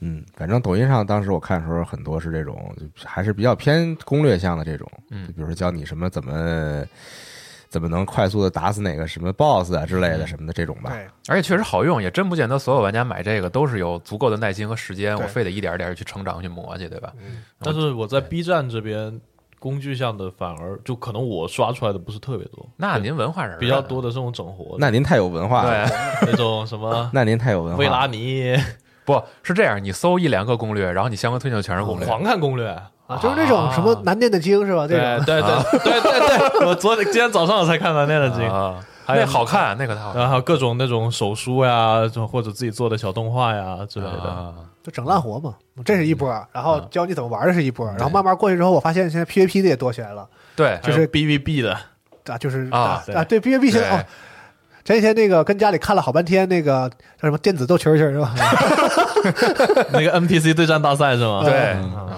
S3: 嗯，反正抖音上当时我看的时候，很多是这种，就还是比较偏攻略向的这种，
S4: 嗯
S3: 就比如说教你什么怎么怎么能快速的打死哪个什么 boss 啊之类
S4: 嗯
S3: 的什么的这种吧，
S5: 对，
S4: 而且确实好用，也真不见得所有玩家买这个都是有足够的耐心和时间，
S5: 对
S4: 我非得一点一点去成长去磨去，对吧？
S6: 但是我在 B 站这边工具项的反而就可能我刷出来的不是特别多，
S4: 那您文化人
S6: 比较多的这种整活的
S3: 那您太有文化了，
S4: 对，
S6: 那种什么
S3: 那您太有文化了，
S6: 维拉尼
S4: 不是这样，你搜一两个攻略，然后你相关推荐的全是攻略，
S6: 狂看攻略。
S5: 啊，就是那种什么难念的经是吧？这
S6: 对
S5: 种
S6: 对对对对对，我昨天今天早上我才看完那个剧，
S4: 啊，
S6: 还有
S4: 那好看，那个太好看
S6: 然后各种那种手书呀，就或者自己做的小动画呀之类的。
S4: 啊，
S5: 就整烂活嘛，这是一波，然后教你怎么玩的是一波，然后慢慢过去之后，我发现现在 PVP 的也多起来了。
S4: 对，
S6: 还有
S5: 就是
S6: BVB 的，
S5: 啊，就是
S4: 啊
S5: 啊，对 B A B 现在哦，前几天那个跟家里看了好半天那个叫什么电子斗球去是吧？
S6: 那个 NPC 对战大赛是吗？
S4: 对，
S5: 嗯
S4: 嗯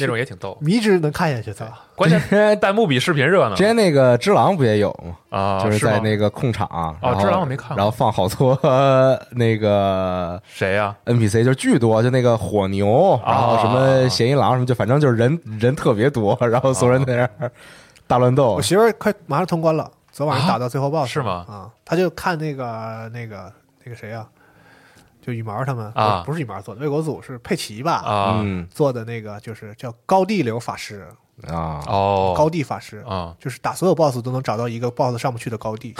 S4: 那种也挺逗，
S5: 迷之能看下去，操！
S4: 关键弹幕比视频热闹
S3: 之前那个《只狼》不也有吗？
S4: 啊，
S3: 就是在
S4: 吗
S3: 那个控场，
S4: 哦
S3: 然后
S4: 只狼我没看过
S3: 然后放好多 呃那个
S4: 谁呀？
S3: NPC 就巨多，就那个火牛，然后什么
S4: 啊
S3: 嫌疑狼什么，就反正就是人人特别多，然后所有人在那儿大乱斗
S5: 我。媳妇儿快马上通关了，昨晚上
S4: 哦啊
S5: 打到最后 BOSS
S4: 是吗
S5: 啊，她就看那个那个那个谁啊，就羽毛他们
S4: 啊
S5: 不是羽毛做的，魏国祖是佩奇吧？
S4: 啊
S3: 嗯
S5: 做的那个就是叫高地流法师，
S3: 啊，
S4: 哦
S5: 高地法师，
S4: 啊，
S5: 就是打所有 BOSS 都能找到一个 BOSS 上不去的高地。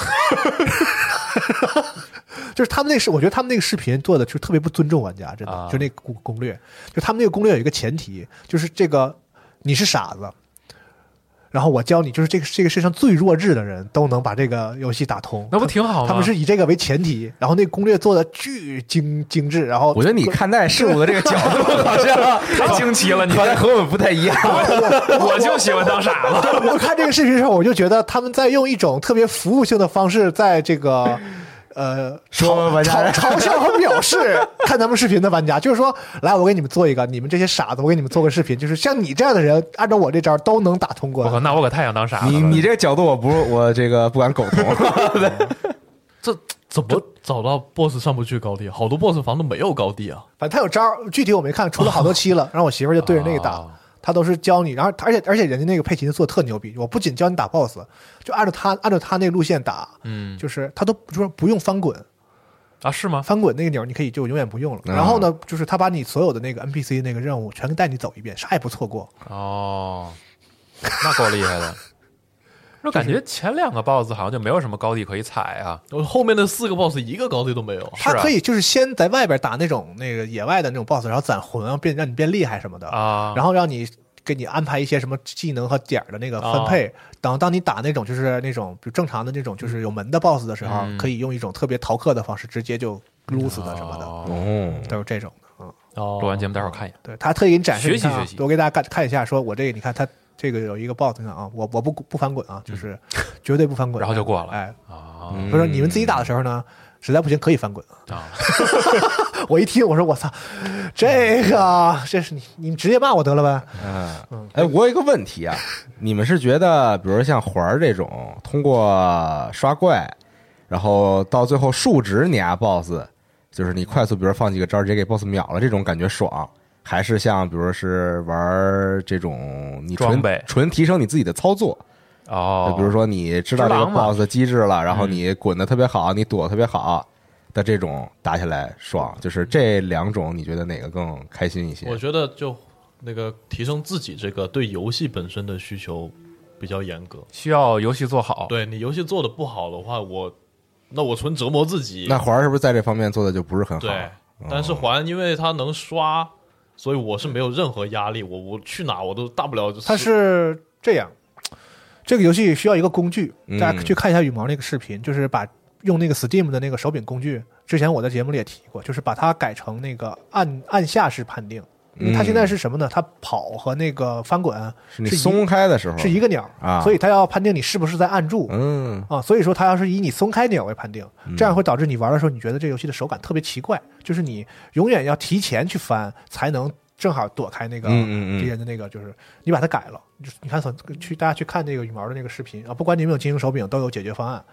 S5: 就是他们那个视，我觉得他们那个视频做的就特别不尊重玩家，真的。
S4: 啊
S5: 就那个攻攻略，就他们那个攻略有一个前提，就是这个你是傻子，然后我教你，就是这个这个世界上最弱智的人都能把这个游戏打通，
S4: 那不挺好吗？
S5: 他们是以这个为前提，然后那个攻略做的巨精精致，然后
S3: 我觉得你看待事物的这个角度 好像
S4: 太惊奇了，你
S3: 好像和我们不太一样。
S4: 我就喜欢当傻 子。
S5: 我看这个视频的时候，我就觉得他们在用一种特别服务性的方式，在这个 呃
S3: 说
S5: 嘲
S3: 玩家
S5: 嘲嘲笑和藐视看咱们视频的玩家，就是说，来，我给你们做一个，你们这些傻子，我给你们做个视频，就是像你这样的人，按照我这招都能打通
S4: 我靠，
S5: 关。
S4: 哦那我可太想当傻子
S3: 你
S4: 了。
S3: 你这个角度我不我这个不敢苟 同。
S6: 这怎么找到 BOSS 上不去高地？啊好多 BOSS 房都没有高地啊！
S5: 反正他有招，具体我没看，出了好多期 了。然后我媳妇儿就对着那个打
S4: 哦，
S5: 他都是教你，然后而且而且人家那个佩奇做的特牛逼，我不仅教你打 BOSS，就按照他按照他那个路线打，
S4: 嗯
S5: 就是他都不说不用翻滚，
S4: 啊，是吗？
S5: 翻滚那个钮儿你可以就永远不用了。
S3: 啊
S5: 然后呢，就是他把你所有的那个 NPC 那个任务全带你走一遍，啥也不错过。
S4: 哦，那够厉 害的。我感觉前两个 BOSS 好像就没有什么高地可以踩啊。
S6: 我后面的四个 BOSS 一个高地都没有。啊
S5: 他可以就是啊先在外边打那种那个野外的那种 BOSS，然后攒魂，然后啊变让你变厉害什么的
S4: 啊
S5: 然后让你给你安排一些什么技能和点儿的那个分配。等当你打那种就是那种比如正常的那种就是有门的 BOSS 的时候，
S4: 嗯
S5: 可以用一种特别逃课的方式直接就撸死他什么的，
S4: 哦
S3: 哦，
S5: 都是这种的。嗯，
S6: 哦
S4: 录完节目待会儿看一眼。
S5: 对他特意给你展示，
S4: 学习
S5: 你看啊
S4: 学习
S5: 我给大家看看一下，说我这个你看他这个有一个 bot 呢啊，我我不不翻滚啊，就是 绝对不翻滚，
S4: 嗯然后就过了嗯
S5: 哎，
S4: 啊
S5: 所以说你们自己打的时候呢，实在不行可以翻滚啊。
S4: 啊！哦
S5: 我一听我说我操，这个这是你你直接骂我得了呗？
S3: 嗯，哎，我有一个问题啊，你们是觉得，比如像环儿这种，通过刷怪，然后到最后数值碾压 BOSS，就是你快速，比如放几个招儿直接给 BOSS 秒了，这种感觉爽，还是像比如是玩儿这种你纯
S4: 装备
S3: 纯提升你自己的操作，
S4: 哦
S3: 就，比如说你知道这个
S4: 只狼嘛嗯
S3: BOSS 的机制了，然后你滚的特别好，你躲得特别好的这种打起来爽，就是这两种，你觉得哪个更开心一些？
S6: 我觉得就那个提升自己这个对游戏本身的需求比较严格。
S4: 需要游戏做好，
S6: 对你游戏做的不好的话，我那我纯折磨自己。
S3: 那环儿是不是在这方面做的就不是很好？
S6: 对，但
S5: 哦
S6: 是环因为它能刷，所以我是没有任何压力。我我去哪我都大不了就是
S5: 它是这样，这个游戏需要一个工具，
S3: 嗯
S5: 大家去看一下羽毛那个视频，就是把用那个 Steam 的那个手柄工具，之前我在节目里也提过，就是把它改成那个按按下式判定，因为它现在是什么呢？它跑和那个翻滚
S3: 嗯是你
S5: 一
S3: 松开的时候
S5: 是一个鸟
S3: 啊
S5: 所以它要判定你是不是在按住。
S3: 嗯
S5: 啊，所以说它要是以你松开鸟为判定，这样会导致你玩的时候，你觉得这游戏的手感特别奇怪，就是你永远要提前去翻，才能正好躲开那个
S3: 嗯嗯嗯
S5: 敌人的那个，就是你把它改了。就是你看，去大家去看那个羽毛的那个视频啊，不管你有没有精英手柄，都有解决方案。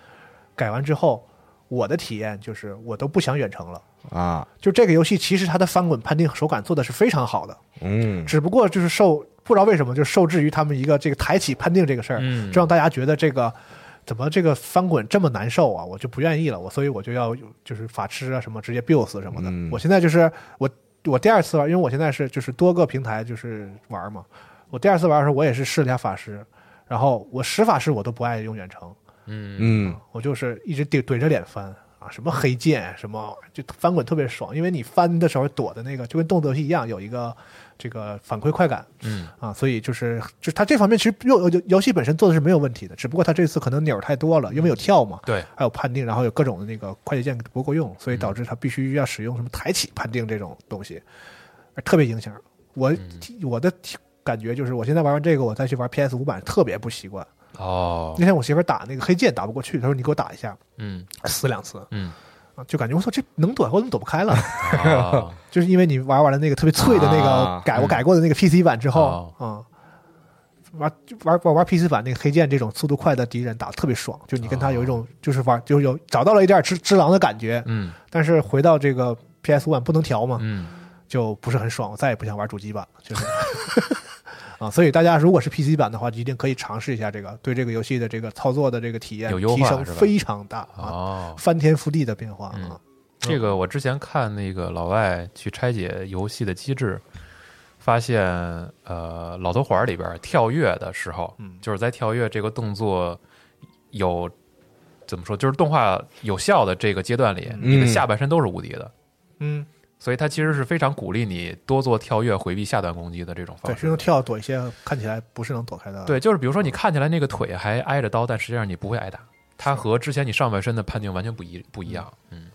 S5: 改完之后，我的体验就是我都不想远程了。
S3: 啊
S5: 就这个游戏，其实它的翻滚判定手感做的是非常好的，
S3: 嗯
S5: 只不过就是受不知道为什么就受制于他们一个这个抬起判定这个事儿，
S4: 嗯
S5: 就让大家觉得这个怎么这个翻滚这么难受啊，我就不愿意了，我所以我就要就是法师啊什么直接 biu 死什么的。
S3: 嗯
S5: 我现在就是我我第二次玩，因为我现在是就是多个平台就是玩嘛，我第二次玩的时候我也是试了一下法师，然后我使法师我都不爱用远程，
S3: 嗯
S5: 我就是一直怼怼着脸翻啊，什么黑剑什么，就翻滚特别爽，因为你翻的时候躲的那个就跟动作游戏一样，有一个这个反馈快感，嗯啊，所以就是就是它这方面其实游游游戏本身做的是没有问题的，只不过它这次可能钮儿太多了，因为有跳嘛，
S4: 对，嗯
S5: 还有判定，然后有各种的那个快捷键不够用，所以导致它必须要使用什么抬起判定这种东西，而特别影响我、
S4: 嗯
S5: 我的体感觉就是我现在玩完这个，我再去玩 PS 五版特别不习惯。
S4: 哦，
S5: 那天我媳妇儿打那个黑剑打不过去，她说你给我打一下，
S4: 嗯
S5: 死两次，
S4: 嗯，
S5: 啊就感觉我操，这能躲我怎么躲不开了？
S4: 啊
S5: 就是因为你玩完了那个特别脆的那
S3: 啊
S5: 个改我改过的那个 PC 版之后
S4: 哦，
S5: 啊，玩就玩玩玩 PC 版那个黑剑这种速度快的敌人打得特别爽，就你跟他有一
S4: 哦
S5: 种就是玩就有找到了一点只只狼的感觉，
S4: 嗯
S5: 但是回到这个 PS 五版不能调嘛，
S4: 嗯，
S5: 就不是很爽，我再也不想玩主机版，就是。 啊，所以大家如果是 PC 版的话，一定可以尝试一下这个，对这个游戏的这个操作的这个体验
S4: 有优化
S5: 提升
S4: 是吧
S5: 非常大啊，
S4: 哦，
S5: 翻天覆地的变化啊
S4: 嗯。这个我之前看那个老外去拆解游戏的机制，发现呃，老头环里边跳跃的时候，
S5: 嗯
S4: 就是在跳跃这个动作有怎么说，就是动画有效的这个阶段里，你的下半身都是无敌的，
S5: 嗯，
S4: 所以它其实是非常鼓励你多做跳跃回避下段攻击的这种方
S5: 对，
S4: 式。
S5: 是用跳躲一些看起来不是能躲开的。
S4: 对，就是比如说你看起来那个腿还挨着刀，但实际上你不会挨打。它和之前你上半身的判定完全不一不一样。嗯，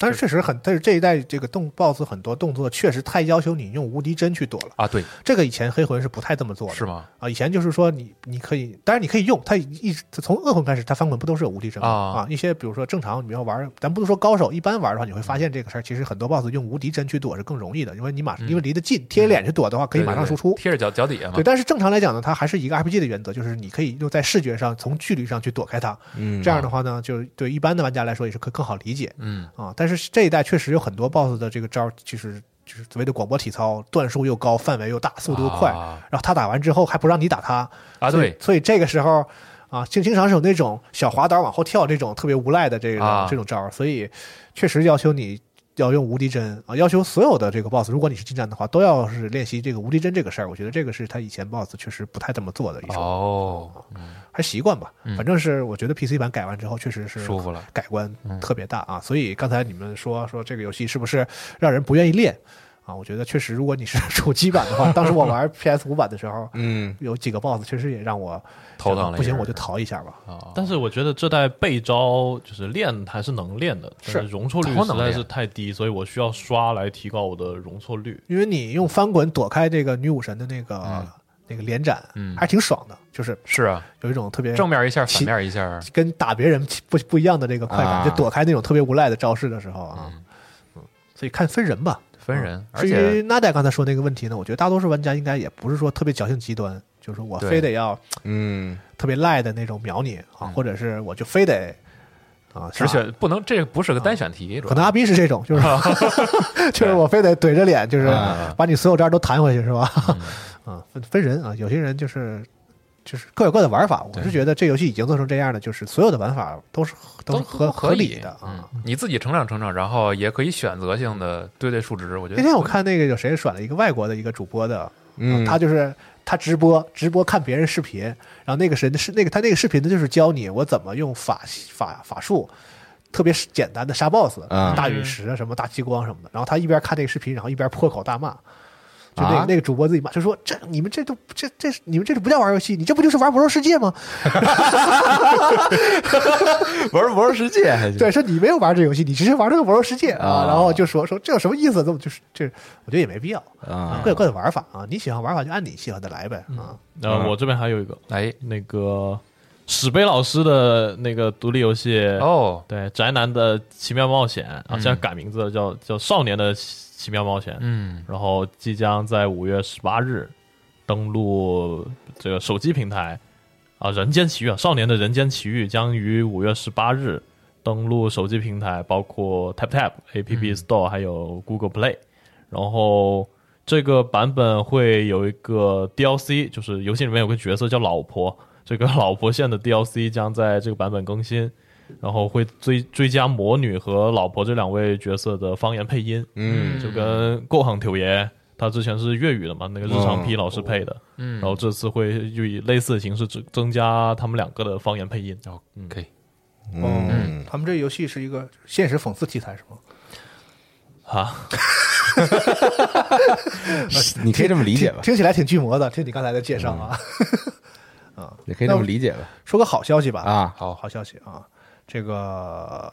S5: 但是确实很，但是这一代这个动 BOSS 很多动作确实太要求你用无敌帧去躲了。
S4: 啊，对，
S5: 这个以前黑魂是不太这么做的，
S4: 是吗？
S5: 啊，以前就是说你你可以，当然你可以用它一直从恶魂开始，它翻滚不都是有无敌帧吗
S4: 啊
S5: 啊？一些比如说正常你要玩，咱不是说高手，一般玩的话，你会发现这个事儿其实很多 BOSS 用无敌帧去躲是更容易的，因为你马上因为离得近，贴脸去躲的话可以
S4: 对
S5: 马
S4: 对嗯
S5: 上
S4: 对
S5: 输出。
S4: 贴着脚脚底下嘛。
S5: 对，但是正常来讲呢，它还是一个 RPG 的原则，就是你可以用在视觉上从距离上去躲开它。
S3: 嗯，
S5: 这样的话呢，就是对一般的玩家来说也是可更好理解
S4: 嗯，
S5: 啊。但是这一代确实有很多 BOSS 的这个招儿，其实就是所谓的广播体操，段数又高，范围又大，速度又快。
S4: 啊
S5: 然后他打完之后还不让你打他
S4: 啊
S5: 所以
S4: 对
S5: 所以这个时候啊，经经常是有那种小滑倒往后跳这种特别无赖的这种、
S4: 啊
S5: 这种招儿，所以确实要求你。要用无敌帧啊，要求所有的这个 BOSS，如果你是近战的话，都要是练习这个无敌帧这个事儿。我觉得这个是他以前 BOSS 确实不太这么做的一种。
S4: 哦，嗯
S5: 还习惯吧。反正是我觉得 PC 版改完之后，确实是
S4: 舒服了，嗯
S5: 改观特别大啊。所以刚才你们说说这个游戏是不是让人不愿意练啊？我觉得确实，如果你是 主机版的话，当时我玩 PS 五版的时候，
S3: 嗯
S5: 有几个 BOSS 确实也让我
S4: 头疼了
S5: 啊不
S4: 一
S5: 行
S4: 阵儿
S5: 我就逃一下吧。
S4: 哦
S6: 但是我觉得这代背招就是练还是能练的，但
S5: 是
S6: 容错率
S4: 超
S6: 实
S4: 能
S6: 在
S4: 练
S6: 是太低，所以我需要刷来提高我的容错率。
S4: 嗯
S5: 因为你用翻滚躲开这个女武神的那个那个联展，
S4: 嗯
S5: 还挺爽的，就是
S4: 是啊，
S5: 有一种特别
S4: 正面一下，反
S5: 其
S4: 面一下，
S5: 跟打别人不不一样的这个快感，
S3: 啊
S5: 就躲开那种特别无赖的招式的时候啊，嗯，所以看分人吧。啊
S4: 分人，而
S5: 至于
S4: 且
S5: Nada 刚才说那个问题呢，我觉得大多数玩家应该也不是说特别侥幸极端，就是说我
S4: 对
S5: 非得要
S3: 嗯，
S5: 特别赖的那种秒你啊，
S4: 嗯
S5: 或者是我就非得啊，
S4: 只
S5: 是吧啊
S4: 选不能，这个不是个单选题，主要
S5: 可能阿斌是这种， 就是就是我非得怼着脸，就是
S4: 哎
S5: 把你所有招都弹回去，是吧？
S4: 嗯
S5: 啊，分分人啊，有些人就是就是各有各的玩法。我是觉得这游戏已经做成这样的，就是所有的玩法都是都
S4: 都
S5: 是合
S4: 都
S5: 合
S4: 可
S5: 理
S4: 以
S5: 的啊。
S4: 嗯你自己成长成长，然后也可以选择性的对对数值，我觉得
S5: 那天我看那个有谁甩了一个外国的一个主播的，啊
S3: 嗯
S5: 他就是他直播直播看别人视频，然后那个谁是那个他那个视频呢，就是教你我怎么用法法法术。特别简单的杀 BOSS，、
S3: 啊
S5: 大陨石啊，什么大激光什么的。然后他一边看那个视频，然后一边破口大骂，就那个、
S3: 啊
S5: 那个主播自己骂，就说这你们这都这这你们这是不叫玩游戏，你这不就是玩魔兽世界吗？
S3: 玩玩世界还行，
S5: 对，说你没有玩这游戏，你只是玩这个魔兽世界啊。
S3: 啊
S5: 然后就说说这有什么意思？这么就是这，我觉得也没必要。
S3: 啊嗯
S5: 各有各的玩法啊，你喜欢玩法就按你喜欢的来呗啊。
S6: 呃，我这边还有一个
S4: 哎
S6: 那个史贝老师的那个独立游戏，
S4: 哦，
S6: 对《宅男的奇妙冒险》啊，
S4: 嗯
S6: 现在改名字了，叫叫《少年的奇奇妙冒险》。
S4: 嗯，
S6: 然后即将在五月十八日登陆这个手机平台啊，《人间奇遇》啊，《少年的人间奇遇》将于五月十八日登陆手机平台，包括 TapTap App Store 还有 Google Play。然后这个版本会有一个 DLC，就是游戏里面有个角色叫老婆，这个老婆线的 DLC 将在这个版本更新。然后会追追加魔女和老婆这两位角色的方言配音，
S3: 嗯
S6: 就跟过行条爷他之前是粤语的嘛，那个日常 P 老师配的，
S4: 嗯
S6: 然后这次会以类似的形式增增加他们两个的方言配音。
S4: OK，
S3: 嗯，
S5: 他们这游戏是一个现实讽刺题材是吗？
S6: 啊，
S3: 你可以这么理解吧，
S5: 听起来挺巨魔的，听你刚才的介绍啊。
S3: 你可以这么理解吧，
S5: 说个好消息吧
S3: 啊
S5: 好好消息啊，这个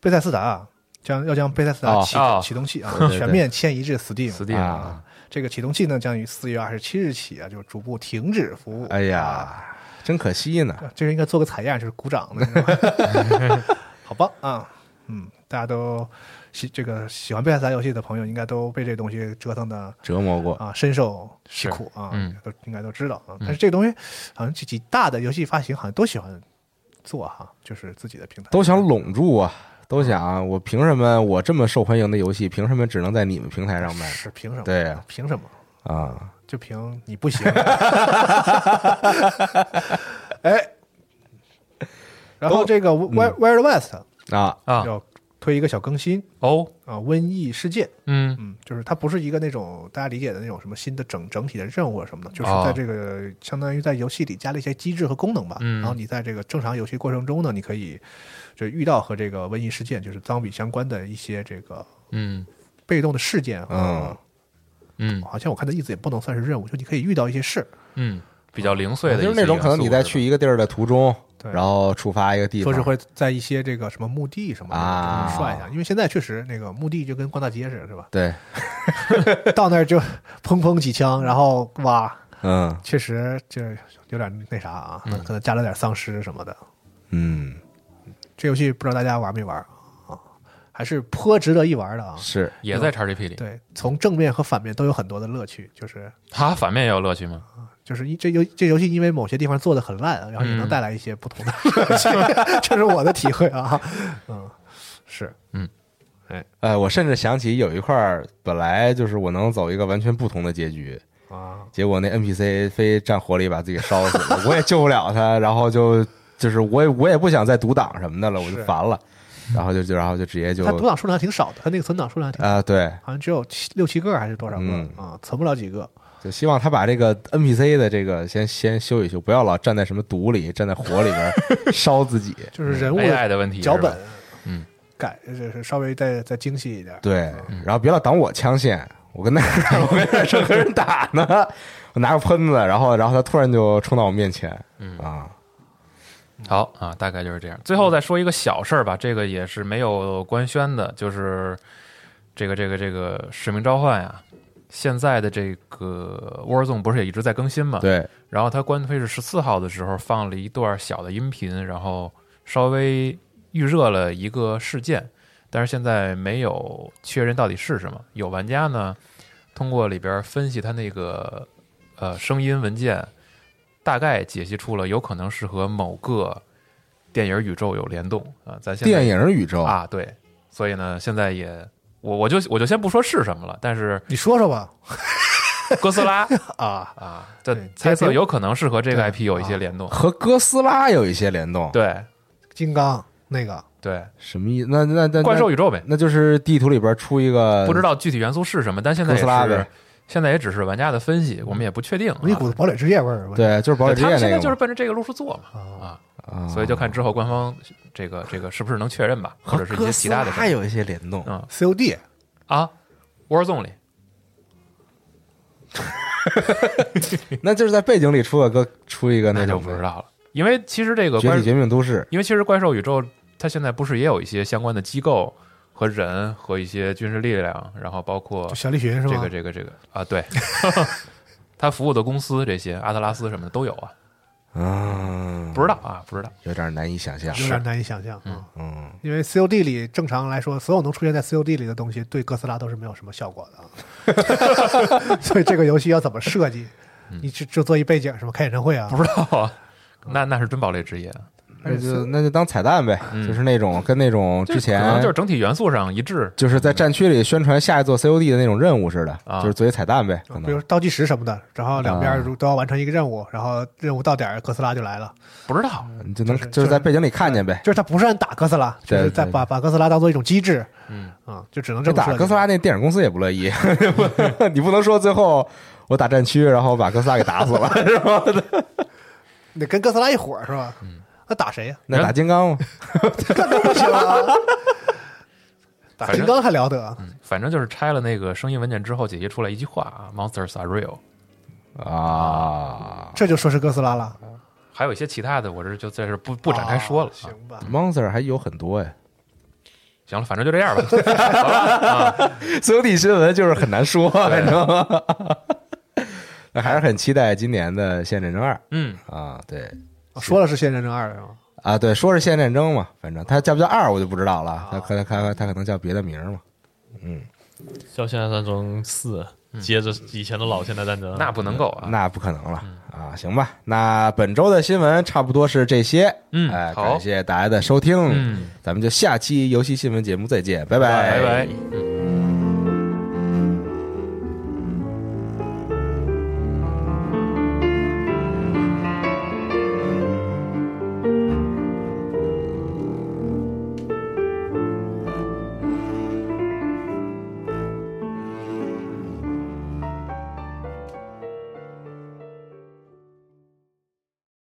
S5: 贝塞斯达啊将要将贝塞斯达
S3: 哦
S5: 启
S4: 哦
S5: 启动器啊
S3: 对对
S5: 全面迁移至 Steam。
S4: 死地
S3: 啊，
S5: 这个启动器呢，将于四月二十七日起啊，就是逐步停止服务。
S3: 哎
S5: 啊
S3: 呀，真可惜呢，
S5: 这个应该做个采样，就是鼓掌的那种， 好棒啊！嗯，大家都喜这个喜欢贝塞斯达游戏的朋友，应该都被这东西折腾的
S3: 折磨过，
S5: 啊深受其苦啊，
S4: 嗯
S5: 都应该都知道啊。但是这个东西好像这几大的游戏发行好像都喜欢做哈，就是自己的平台
S3: 都想拢住啊，都想我凭什么我这么受欢迎的游戏，凭什么只能在你们平台上卖
S5: 是凭什么？
S3: 对呀
S5: 凭什么？
S3: 啊？
S5: 就凭你 不行。哎，然后这个 Wire Wire West
S3: 嗯啊，
S4: 啊
S5: 要推一个小更新
S4: 哦，
S5: 啊，《瘟疫世界》。
S4: 嗯
S5: 嗯，就是它不是一个那种大家理解的那种什么新的整整体的任务啊什么的，就是
S4: 哦
S5: 在这个相当于在游戏里加了一些机制和功能吧。
S4: 嗯
S5: 然后你在这个正常游戏过程中呢，你可以就遇到和这个瘟疫事件，就是脏比相关的一些这个
S4: 嗯
S5: 被动的事件啊。
S4: 嗯
S5: 好像我看的意思也不能算是任务，就你可以遇到一些事，
S4: 嗯，比较零碎的
S3: 啊
S4: 一啊
S3: 就
S4: 些
S3: 是那
S4: 元素，
S3: 种可能你在去一个地儿的途中，
S5: 对
S3: 然后触发一个地
S5: 说
S3: 方，
S5: 是会在一些这个什么墓地什么
S3: 啊？
S5: 的涮一下，因为现在确实那个墓地就跟逛大街似的，是吧
S3: 对，
S5: 到那儿就 砰砰几枪，然后哇，
S3: 嗯
S5: 确实就有点那啥啊，
S4: 嗯
S5: 可能加了点丧尸什么的。
S3: 嗯，
S5: 这游戏不知道大家玩没玩啊？还是颇值得一玩的啊。
S3: 是
S4: 也在 XGP 里，
S5: 对，从正面和反面都有很多的乐趣，就是
S4: 它反面也有乐趣吗？
S5: 就是一这游这游戏因为某些地方做的很烂，然后也能
S4: 嗯
S5: 带来一些不 同的乐趣，这是我的体会啊。嗯，是
S3: 呃，我甚至想起有一块儿，本来就是我能走一个完全不同的结局，
S5: 啊，
S3: 结果那 NPC 非站火里把自己烧死了，我也救不了他，然后就就是我也我也不想再独挡什么的了，我就是烦了，然后就就然后就直接就
S5: 它读档数量挺少的，它那个存档数量挺
S4: 呃
S3: 啊、对，
S5: 好像只有七六七个还是多少个
S3: 嗯
S5: 啊，存不了几个。
S3: 就希望他把这个 NPC 的这个先先修一修，不要老站在什么毒里，站在火里边烧自己。
S5: 就是人物
S4: AI 嗯的问题是吧
S5: 脚本，
S4: 嗯，
S5: 改就是稍微再再精细一点。
S3: 对，然后别老挡我枪线，我跟那儿 我跟那儿正跟人打呢，我拿个喷子，然后然后他突然就冲到我面前，
S4: 嗯
S3: 啊，
S4: 好啊，大概就是这样。最后再说一个小事儿吧，这个也是没有官宣的，就是这个这个这个《使命召唤》呀，现在的这个 Warzone 不是也一直在更新嘛？。
S3: 对，
S4: 然后它官推是十四号的时候放了一段小的音频，然后稍微预热了一个事件，但是现在没有确认到底是什么。有玩家呢通过里边分析它那个呃声音文件，大概解析出了有可能是和某个电影宇宙有联动啊。咱现在
S3: 电影宇宙，
S4: 啊，对，所以呢，现在也。我我就我就先不说是什么了，但是
S5: 你说说吧，
S4: 哥斯 拉
S5: 啊，
S4: 啊，这
S5: 对
S4: 猜
S5: 别
S4: 测
S5: 别
S4: 有可能是和这个
S5: 对
S4: IP 有一些
S5: 啊
S4: 联动。
S3: 和哥斯拉有一些联动，，
S4: 对
S5: 金刚那个
S4: 对，
S3: 什么意？那那那
S4: 怪兽，宇宙呗，
S3: 那那就是地图里边出一个
S4: 不知道具体元素是什么，但现在
S3: 哥斯拉
S4: 也是
S3: 呗，嗯
S4: 现在也只是玩家的分析，我们也不确定啊。
S5: 有一股子堡垒之夜味儿吧，
S3: 对，就是堡
S4: 对
S3: 垒之
S4: 他们
S3: 夜
S4: 现在
S3: 那
S4: 就
S3: 个
S4: 是奔着这个路数做嘛，
S5: 啊，
S3: 嘛，
S4: 所以就看之后官方这个这个是不是能确认吧，或者是一些其他的事
S3: 还
S4: 儿
S3: 有一些联动，
S4: 嗯
S5: COD
S4: 啊。Warzone 里
S3: 那就是在背景里出个歌，出一个
S4: 那就
S3: 种
S4: 不知道了，因为其实这个
S3: 绝
S4: 怪
S3: 体绝命都市，
S4: 因为其实怪兽宇宙它现在不是也有一些相关的机构和人和一些军事力量，然后包括
S5: 就小栗旬是
S4: 这
S5: 吗
S4: 个？这个这个啊，对， 他服务的公司这些阿特拉斯什么的都有啊，
S3: 嗯，
S4: 不知道啊，不知道。
S3: 有点难以想象，
S5: 有点难以想象啊，
S3: 嗯，
S5: 因为 COD 里正常来说，所有能出现在 COD 里的东西，对哥斯拉都是没有什么效果 的啊，所以这个游戏要怎么设计？你只只做一背景什么开演唱会啊？
S4: 嗯不知道啊，那那是真堡垒之夜，
S3: 那就那就当彩蛋呗，就是那种跟那种之前
S4: 可能嗯就是整体元素上一致
S3: 就是在战区里宣传下一座 COD 的那种任务似的，
S4: 啊
S3: 就是作为彩蛋呗，可
S5: 比如
S3: 能
S5: 倒计时什么的，然后两边
S3: 啊
S5: 儿都要完成一个任
S4: 啊
S5: 务，然后任务到点儿，哥斯拉就来了。
S4: 不知道
S3: 你就能
S5: 就是
S3: 就是在背景里看见呗。
S5: 就是他不是按打哥斯拉，就
S3: 对
S5: 是在
S3: 对
S5: 把把哥斯拉当做一种机制，
S4: 嗯
S5: 啊，就只能这
S3: 这
S5: 么
S3: 打
S5: 设计
S3: 哥斯拉那电影公司也不乐意， 你不能说最后我打战区，然后把哥斯拉给打死 了，是吧？
S5: 你跟哥斯拉一伙儿是吧？
S4: 嗯
S5: 那打谁呀？
S3: 那打金刚吗？
S5: 那都不行啊！打
S4: 反正
S5: 金刚还了得？啊
S4: 反正就是拆了那个声音文件之后，解析出来一句话啊，Monsters are real。
S3: 啊
S5: 这就说是哥斯拉了？
S4: 还有一些其他的，我这就在这不不展开说了
S3: 哦
S5: 啊
S4: 啊。
S5: 行吧？
S3: ，Monster 还有很 多哎
S4: 行了，反正就这样吧。
S3: ，COD 新闻就是很难说， 你知道吗？那还是很期待今年的《现代战争二
S4: 嗯，》
S3: 啊，对
S5: 啊说了是《仙剑争二》是吗？
S3: 啊，对，说是《现代战争》嘛，反正它叫不叫二我就不知道了，它可能它它可能叫别的名儿嘛。
S6: 叫《现代战争四》，接着以前的老《现代战争》，
S4: 那不能够啊。
S3: 那不可能了啊！行吧，那本周的新闻差不多是这些。
S4: 嗯
S3: 哎，
S4: 好
S3: 感谢大家的收听，
S4: 嗯，
S3: 咱们就下期游戏新闻节目再见，拜
S4: 拜拜。嗯